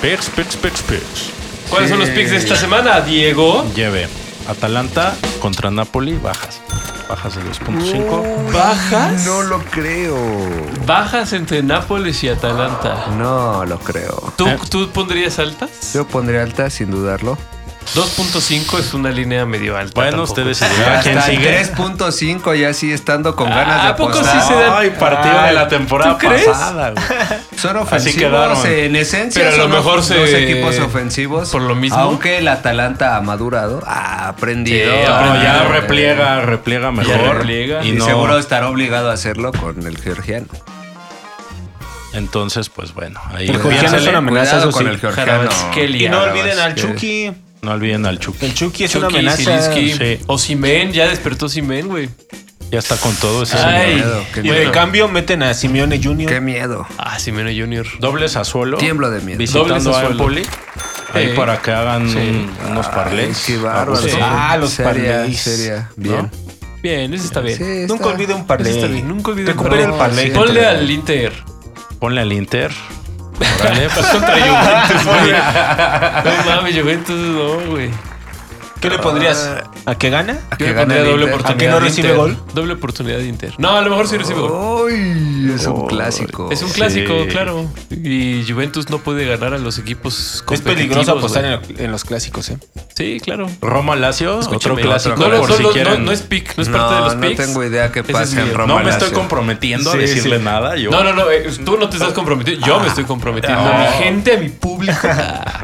C: Picks, picks, picks, picks.
A: ¿Cuáles son los picks de esta semana, Diego?
C: Lleve Atalanta contra Napoli, bajas. Bajas de 2.5.
A: Bajas.
B: No lo creo.
A: Bajas entre Nápoles y Atalanta.
B: No lo creo.
A: ¿Tú,
C: Eh.
A: tú pondrías altas?
B: Yo pondría alta sin dudarlo.
A: 2.5 es una línea medio alta.
C: Bueno,
A: tampoco.
C: ustedes decidirán quién
B: Hasta el
C: sigue.
B: 3.5 ya sí estando con ganas de
A: Ah, ¿a poco
B: apostar.
A: sí se da?
C: Ay, partido de la temporada
A: ¿tú crees?
C: pasada, güey.
B: Son
C: quedaron.
B: ofensivos en esencia.
A: Pero a lo
B: son
A: mejor
B: los
A: se-
B: dos equipos ofensivos.
A: por lo mismo.
B: Aunque el Atalanta ha madurado, ha aprendido. Ah, eh,
A: Sí,
C: No,
A: aprendido,
C: ya
A: eh.
C: repliega, repliega mejor.
A: repliega.
B: Y,
C: Y, no,
B: seguro estará obligado a hacerlo con el georgiano.
C: Entonces, pues bueno, ahí
F: El georgiano
C: piénsale.
F: es una amenaza,
B: Cuidado
F: eso
B: con
F: sí.
B: el georgiano.
A: Kvaratskhelia.
F: Y no olviden al
B: que-
F: Chucky.
C: No olviden al Chucky.
F: El Chucky es una
A: Chucky,
F: amenaza.
A: Zielinski.
C: Sí.
A: O Simen, ya despertó Simen, güey.
C: Ya está con todo ese
A: Ay.
C: señor.
B: miedo,
A: y
B: qué
F: Y
B: miedo.
F: de
A: bueno,
F: cambio meten a Simeone
B: Qué
F: Junior.
B: miedo.
A: Ah, Simeone Junior.
C: Doble Sassuolo.
B: Tiemblo de miedo.
A: Doble
C: Visitando a
A: Sassuolo.
C: Empoli. Ahí
A: Sí.
C: para que hagan un- unos
B: Ay,
C: parlays.
B: Ah, Qué bárbaro.
C: Sí.
F: Ah, los
B: Seria,
F: parlays.
B: seria. Bien.
A: Bien, eso está bien.
B: Sí, está-
F: Nunca olvide un
A: Eso está bien,
F: parlay.
A: Nunca olviden
F: Recupera el
A: No,
F: parlay.
B: sí.
A: Ponle al Inter.
C: Ponle al Inter.
A: Vale, pues contra Juventus, güey. *laughs* No mames, Juventus no, güey.
F: ¿Qué le pondrías? ¿A que gana?
B: ¿A
A: Yo
B: que
A: le
B: gane
A: pondría
B: el
A: doble
B: Inter?
A: oportunidad.
F: ¿A que no
A: de
F: recibe
A: Inter.
F: gol?
A: Doble oportunidad de Inter. No, a lo mejor sí recibe gol.
B: Ay, es un clásico.
A: Es un clásico,
C: Sí.
A: claro. Y Juventus no puede ganar a los equipos
F: Es
A: competitivos.
F: peligroso apostar
A: güey.
F: en, en los clásicos, ¿eh?
A: Sí, claro.
C: Roma Lazio, otro
A: Escúchame,
C: clásico.
A: No, no,
C: por
A: no,
C: si
A: no,
C: quieren.
A: no, no es pick, no es parte de los
B: no
A: picks.
B: tengo idea qué
A: Ese
B: pasa
A: es
B: en
A: mi-
B: Roma.
C: No me estoy
B: Lazio.
C: comprometiendo a
B: Sí,
C: decirle
B: sí.
C: nada. Yo.
A: No, no, no. eh, tú no te
F: Ah.
A: estás comprometiendo. Yo me estoy comprometiendo. A mi gente, a mi
F: *laughs*
A: público.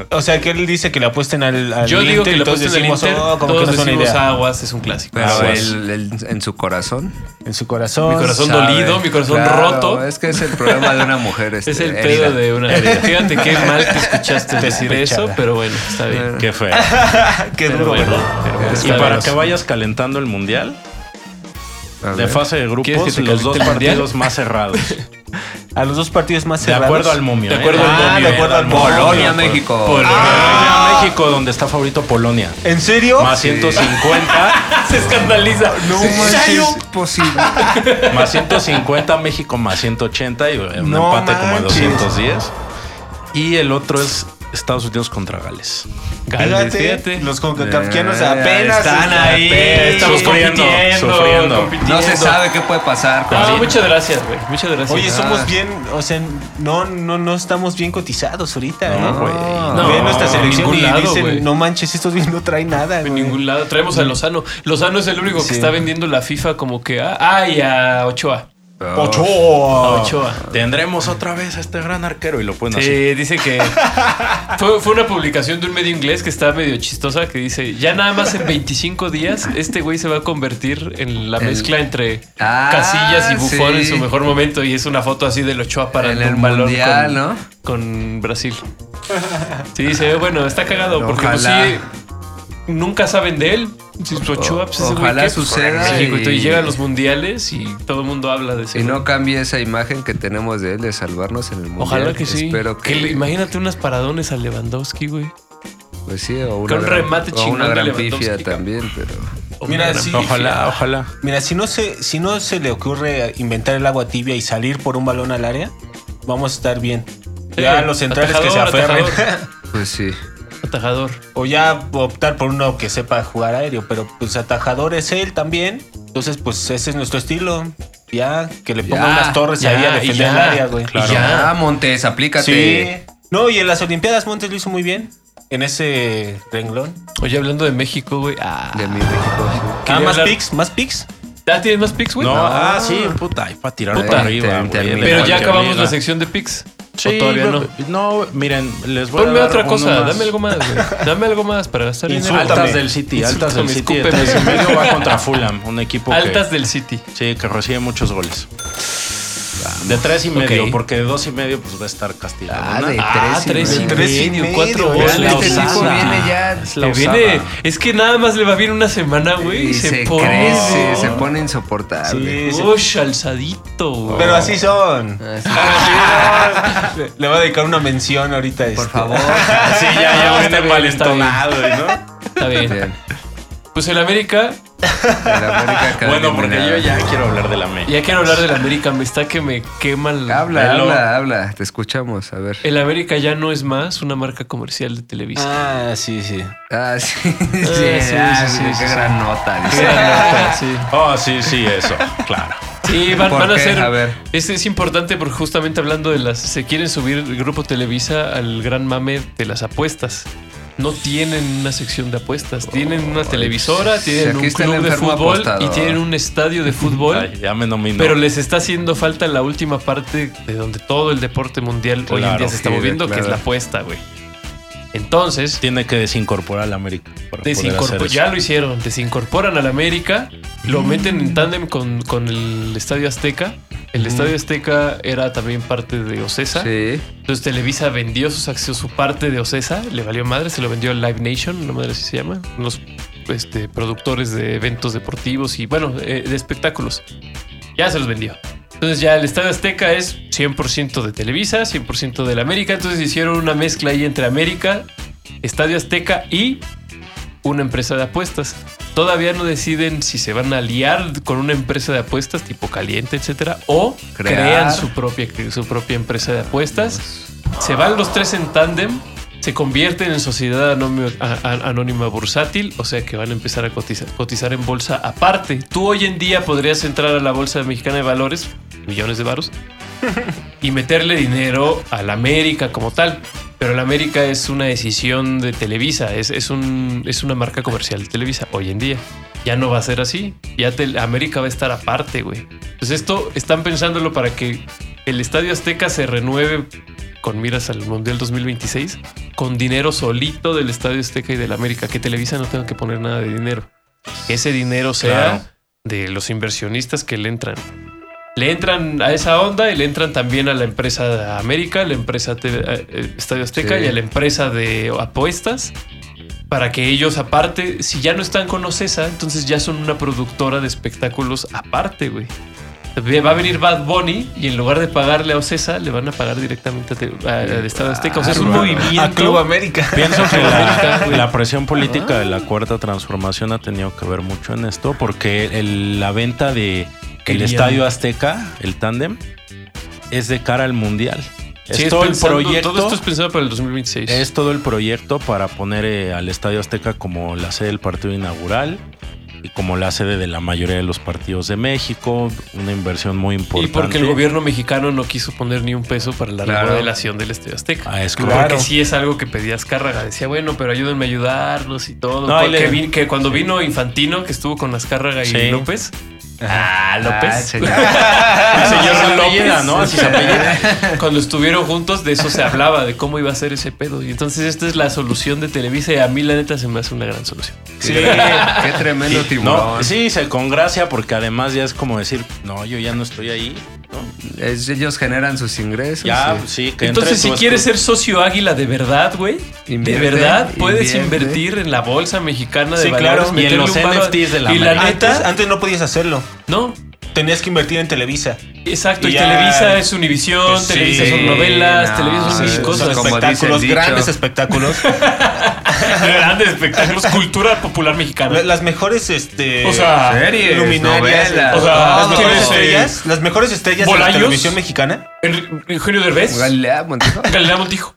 F: O sea, que él dice que le apuesten al, al
A: Yo digo
F: Inter
A: que
F: y
A: le
F: todos
A: apuesto al
F: decimos,
A: Inter.
F: "Oh, como que
A: todos
F: no es una
A: decimos "Ah,
F: idea". Ah,
A: aguas, es un clásico.
B: Pero
C: Aguas.
B: él- él en su corazón.
F: En su corazón.
A: Mi corazón
B: sabe.
A: dolido, mi corazón
B: Claro,
A: roto.
B: Es que es el problema de una
A: *laughs*
B: mujer.
A: Es
B: este,
A: el
B: herida.
A: pedo de una vida. Fíjate qué mal te escuchaste decir
F: Despechada.
A: eso, pero bueno, está bien.
C: *laughs* Qué feo.
F: Qué
A: Pero
F: duro,
A: bueno,
F: ¿verdad?
A: pero bueno,
C: Y
A: está
C: para
A: bien.
C: que vayas calentando el mundial,
B: A
C: de
B: ver.
C: fase de
A: ¿Quieres que
C: grupos,
A: te
C: los dos
A: caliente el mundial?
C: partidos más cerrados.
F: A los dos partidos más
C: De
F: cerrados.
C: acuerdo al momio.
A: De
C: ¿eh?
A: acuerdo al
C: Ah,
A: momio.
C: De acuerdo al momio.
B: Polonia,
C: Por-
B: México. Ah,
A: Por-
C: Polonia, México, donde está favorito Polonia.
F: ¿En serio?
C: Más 150,
A: *laughs* Se escandaliza. No
B: Sí, es posible.
C: más 150, México más 180 y eh, un
F: No
C: empate como de
F: manches.
C: 210. Y el otro es Estados Unidos contra Gales.
F: Fíjate, los concacafquianos apenas
B: Están ahí,
A: estamos
F: apenas.
A: compitiendo.
C: sufriendo.
A: compitiendo.
B: No se sabe qué puede pasar.
A: Ah,
B: Paulina.
A: muchas gracias, güey. Muchas gracias.
F: Oye,
B: Ah.
F: somos bien, o sea, no, no, no estamos bien cotizados ahorita,
C: No,
F: ¿eh?
C: güey.
A: No,
F: Ven nuestra
A: en
F: selección
A: ningún
F: y
A: lado,
F: dicen,
A: güey.
F: no manches, estos bien no traen nada,
A: En
F: güey".
A: ningún lado. Traemos a Lozano. Lozano es el único que
F: Sí.
A: está vendiendo la FIFA como que. ah, Ah, y a Ochoa.
B: Ah,
A: A
F: Ochoa.
A: Ochoa.
C: Tendremos otra vez a este gran arquero y lo ponen así.
A: Sí, dice que fue, fue una publicación de un medio inglés que está medio chistosa que dice, ya nada más en 25 días este güey se va a convertir en la
B: El-
A: mezcla entre
B: Ah,
A: Casillas y Bufón en
B: sí.
A: su mejor momento y es una foto así de los Ochoa para
B: En el
A: un balón
B: Mundial,
A: con,
B: ¿no?
A: con Brasil. Sí, se ve bueno, está cagado porque pues,
B: Ojalá.
A: sí, nunca saben de él. Si es Ochoa, pues, ese güey,
B: Ojalá
A: ¿qué?
B: suceda
A: México, y...
B: y-
A: llega a los mundiales y todo el mundo habla de ese
B: Y
A: güey.
B: no cambie esa imagen que tenemos de él de salvarnos en el mundo.
A: Ojalá que sí.
B: Espero que.
A: Que le- imagínate unas paradones a Lewandowski, güey.
B: Pues sí, o una
A: Con un
B: gran-
A: remate
B: o
A: chingón
B: una
A: de
B: gran
A: Lewandowski,
B: pifia
A: cabrón.
B: también, pero.
F: Mira, sí.
C: Ojalá, ojalá.
F: Mira, si no, se, si no se le ocurre inventar el agua tibia y salir por un balón al área, vamos a estar bien. Ya
A: Sí,
F: los centrales que se
A: atajador,
F: aferren.
A: atajador.
B: Pues sí.
A: Atajador.
F: *laughs* o ya optar por uno que sepa jugar aéreo, pero pues atajador es él también. Entonces, pues ese es nuestro estilo. Ya, que le pongan
B: Ya,
F: unas torres
A: ya,
F: ahí a
A: y
F: defender
A: ya,
F: el área, güey.
A: claro.
B: Y
A: Ya.
B: ya, Montes,
F: Sí.
B: aplícate.
F: No, y en las Olimpiadas Montes lo hizo muy bien. En ese renglón.
A: Oye, hablando de México, güey. Ah,
B: De mi México. sí.
A: Quería
F: Ah, más
A: hablar-
F: picks, más picks.
A: ¿Ya tienes más picks, güey?
C: No, ah, sí, puta, hay para tirar
A: Pues Puta.
C: para arriba.
B: Te-
C: güey,
B: termina.
C: en
A: Pero ya
C: cualquier
A: acabamos
C: liga.
A: la sección de picks.
C: Sí,
A: ¿O todavía no?
C: no. miren, les voy
A: Ponme
C: a dar
A: otra
C: uno
A: cosa.
C: más.
A: Dame algo más,
C: *laughs*
A: güey. Dame algo más para gastar dinero.
F: Insúltame.
C: Altas del City, altas del City.
A: Insúltame,
C: de tres y medio va contra Fulham, un equipo que-
A: Altas del City.
C: sí, que recibe muchos goles. De tres y medio,
A: Ok.
C: porque de dos y medio pues va a estar castigado.
B: Ah,
C: ¿no?
B: de
A: Ah,
B: tres y medio.
F: tres y medio,
A: cuatro
F: ya
A: goles.
B: Este
C: la
A: Te
B: tipo
C: Osana.
B: viene ya.
C: Es la
A: viene-
C: Osana.
A: es que nada más le va bien una semana, güey.
B: y
A: Y se,
B: se
A: pone.
B: crece,
A: ¿no?
B: se pone insoportable.
F: Sí, sí.
A: Ush, alzadito, güey. *laughs*
F: Pero así son. *laughs*
B: Así,
F: Le, le voy a dedicar una mención ahorita.
B: por
F: este.
B: favor.
C: Sí, ya, ya
A: Ah,
C: viene
A: está bien, está bien.
C: malentonado, ¿no?
A: Está bien.
B: Bien.
A: Pues el América
B: El América queda
C: Bueno, porque yo
B: eliminado.
C: ya quiero hablar de la América.
A: Ya quiero hablar del América, me está que me quema el...
B: Habla,
A: el-
B: habla, habla. Te escuchamos. A ver.
A: El América ya no es más una marca comercial de Televisa.
F: Ah, sí, sí.
B: Ah, sí. *laughs* Sí,
A: sí,
B: ah,
A: sí,
B: sí,
A: sí,
B: Qué
A: sí.
B: gran nota.
A: Sí,
B: dice.
A: sí.
C: Oh, sí, sí, eso, claro.
A: Sí, van,
B: ¿Por
A: van a
B: qué?
A: ser...
B: A ver.
A: Es, es importante porque justamente hablando de las... Se quieren subir el grupo Televisa al gran mame de las apuestas. No tienen una sección de apuestas. Tienen una televisora,
B: si
A: tienen
B: aquí
A: un
B: está el
A: club de
B: enfermo
A: fútbol y
B: apostador.
A: tienen un estadio de fútbol.
C: Ay, ya me nomino.
A: Pero les está haciendo falta la última parte de donde todo el deporte mundial hoy en
C: Claro,
A: día se está
B: sí,
A: moviendo, que es
B: claro.
A: la apuesta, güey. Entonces,
C: tiene que desincorporar al América. para poder
A: desincorpo-
C: hacer eso.
A: ya lo hicieron, desincorporan al América, lo meten en tándem con, con el Estadio Azteca. El Estadio Azteca era también parte de Ocesa.
B: Sí.
A: Entonces Televisa vendió sus acciones, su parte de Ocesa, le valió madre, se lo vendió a Live Nation, una madre así se llama, unos este, productores de eventos deportivos y bueno, eh, de espectáculos. Ya se los vendió. Entonces ya el Estadio Azteca es 100% de Televisa, 100% del América, entonces hicieron una mezcla ahí entre América, Estadio Azteca y una empresa de apuestas. Todavía no deciden si se van a aliar con una empresa de apuestas tipo caliente, etcétera, o
B: Crear.
A: crean su propia, su propia empresa de apuestas. Se van los tres en tándem, se convierten en sociedad anónimo- a- a- anónima bursátil, o sea que van a empezar a cotizar, cotizar en bolsa aparte. Tú hoy en día podrías entrar a la Bolsa Mexicana de Valores, millones de varos, y meterle dinero a la América como tal. Pero la América es una decisión de Televisa, es, es, un, es una marca comercial de Televisa hoy en día. Ya no va a ser así, ya Tel- América va a estar aparte, güey. Entonces esto están pensándolo para que el Estadio Azteca se renueve con miras al Mundial 2026 con dinero solito del Estadio Azteca y del América, que Televisa no tenga que poner nada de dinero. Que ese dinero sea
C: Claro.
A: de los inversionistas que le entran. Le entran a esa onda y le entran también a la empresa de América, la empresa TV eh, eh, Estadio Azteca
B: Sí.
A: y a la empresa de apuestas para que ellos aparte, si ya no están con Ocesa, entonces ya son una productora de espectáculos aparte, güey. Va a venir Bad Bunny y en lugar de pagarle a Ocesa, le van a pagar directamente a te- a- al Estado Azteca. O sea, es un
B: Bárbaro.
A: movimiento.
F: A Club América.
C: Pienso que
A: América, *laughs*
C: la,
A: güey.
C: la presión política de la cuarta transformación ha tenido que ver mucho en esto, porque el- la venta de el
A: Querían.
C: Estadio Azteca, el tándem, es de cara al mundial. Es
A: Sí, es
C: todo el
A: pensando-
C: proyecto.
A: Todo esto es pensado para el 2026.
C: Es todo el proyecto para poner eh, al Estadio Azteca como la sede del partido inaugural. y como la sede de la mayoría de los partidos de México, una inversión muy importante.
A: Y porque el gobierno mexicano no quiso poner ni un peso para la
B: Claro.
A: remodelación del Estadio Azteca.
C: Ah, es
A: Porque
C: correcto.
A: sí es algo que pedía Azcárraga. Decía, bueno, pero ayúdenme a ayudarlos y todo.
F: No, y
A: Porque
F: le-
A: vi- que cuando vino Infantino, que estuvo con Azcárraga y
C: Sí.
A: López. Ah, López.
B: Ah, señor. *laughs*
A: *laughs* El señor
C: Así se apellida,
A: López.
C: ¿no? Así se apellida.
A: Cuando estuvieron juntos, de eso se hablaba, de cómo iba a ser ese pedo. Y entonces esta es la solución de Televisa y a mí la neta se me hace una gran solución.
B: Sí. Qué tremendo
C: Y-
B: tiburón.
C: no, sí, se congracia porque además ya es como decir, no, yo ya no estoy ahí. ¿no?
B: Es- ellos generan sus ingresos.
C: Ya, pues,
B: sí.
C: sí, que
A: Entonces,
C: entre
A: si
C: tú-
A: quieres ser socio águila de verdad, güey, de
B: Invierte,
A: verdad puedes
B: invierte.
A: invertir en la bolsa mexicana de
F: Sí,
A: valores,
F: claro.
C: Y en
A: meterle
C: los
A: un varo-
C: NFTs de la
A: Y la
C: América.
A: neta,
F: Antes, antes no podías hacerlo.
A: no,
F: Tenías que invertir en Televisa.
A: exacto. Y,
F: Y ya-
A: Televisa es Univisión,
F: Sí,
A: Televisa son novelas,
B: no,
A: Televisa son
B: sí,
A: mil
B: sí,
A: Ah, cosas. *laughs*
B: como dice el
F: espectáculos,
B: dicho.
F: grandes *laughs* espectáculos.
A: Grandes espectáculos, cultura popular mexicana.
F: La- las mejores, este.
A: O sea,
B: series,
F: luminarias.
B: novelas,
F: o sea, las
A: todo.
F: mejores
A: Sí.
F: estrellas. Las mejores estrellas de la
A: ¿Bolaños?
F: televisión mexicana.
A: Enri- Eugenio Derbez,
B: Galilea Montijo.
A: Galilea Montijo,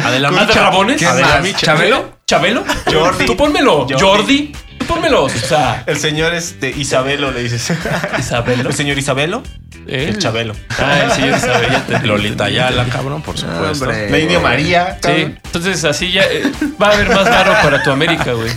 C: Adelante.
A: Amanda Rabones,
B: ¿Quién
A: Adela
B: más?
A: Micha.
B: ¿Chabelo?
A: Chabelo,
F: Jordi.
A: Tú pónmelo,
F: Jordi.
A: Jordi, tú pónmelo. O sea,
F: El señor este, Isabelo, le dices.
A: Isabelo,
F: El señor Isabelo,
A: ¿eh?
F: el Chabelo.
A: Ah, el señor Isabel, ya te-
C: Lolita Yala, cabrón, por supuesto.
B: Hombre,
F: La India
B: güey.
F: María.
A: Sí,
F: cabrón.
A: entonces así ya eh, va a haber más varo para tu América, güey.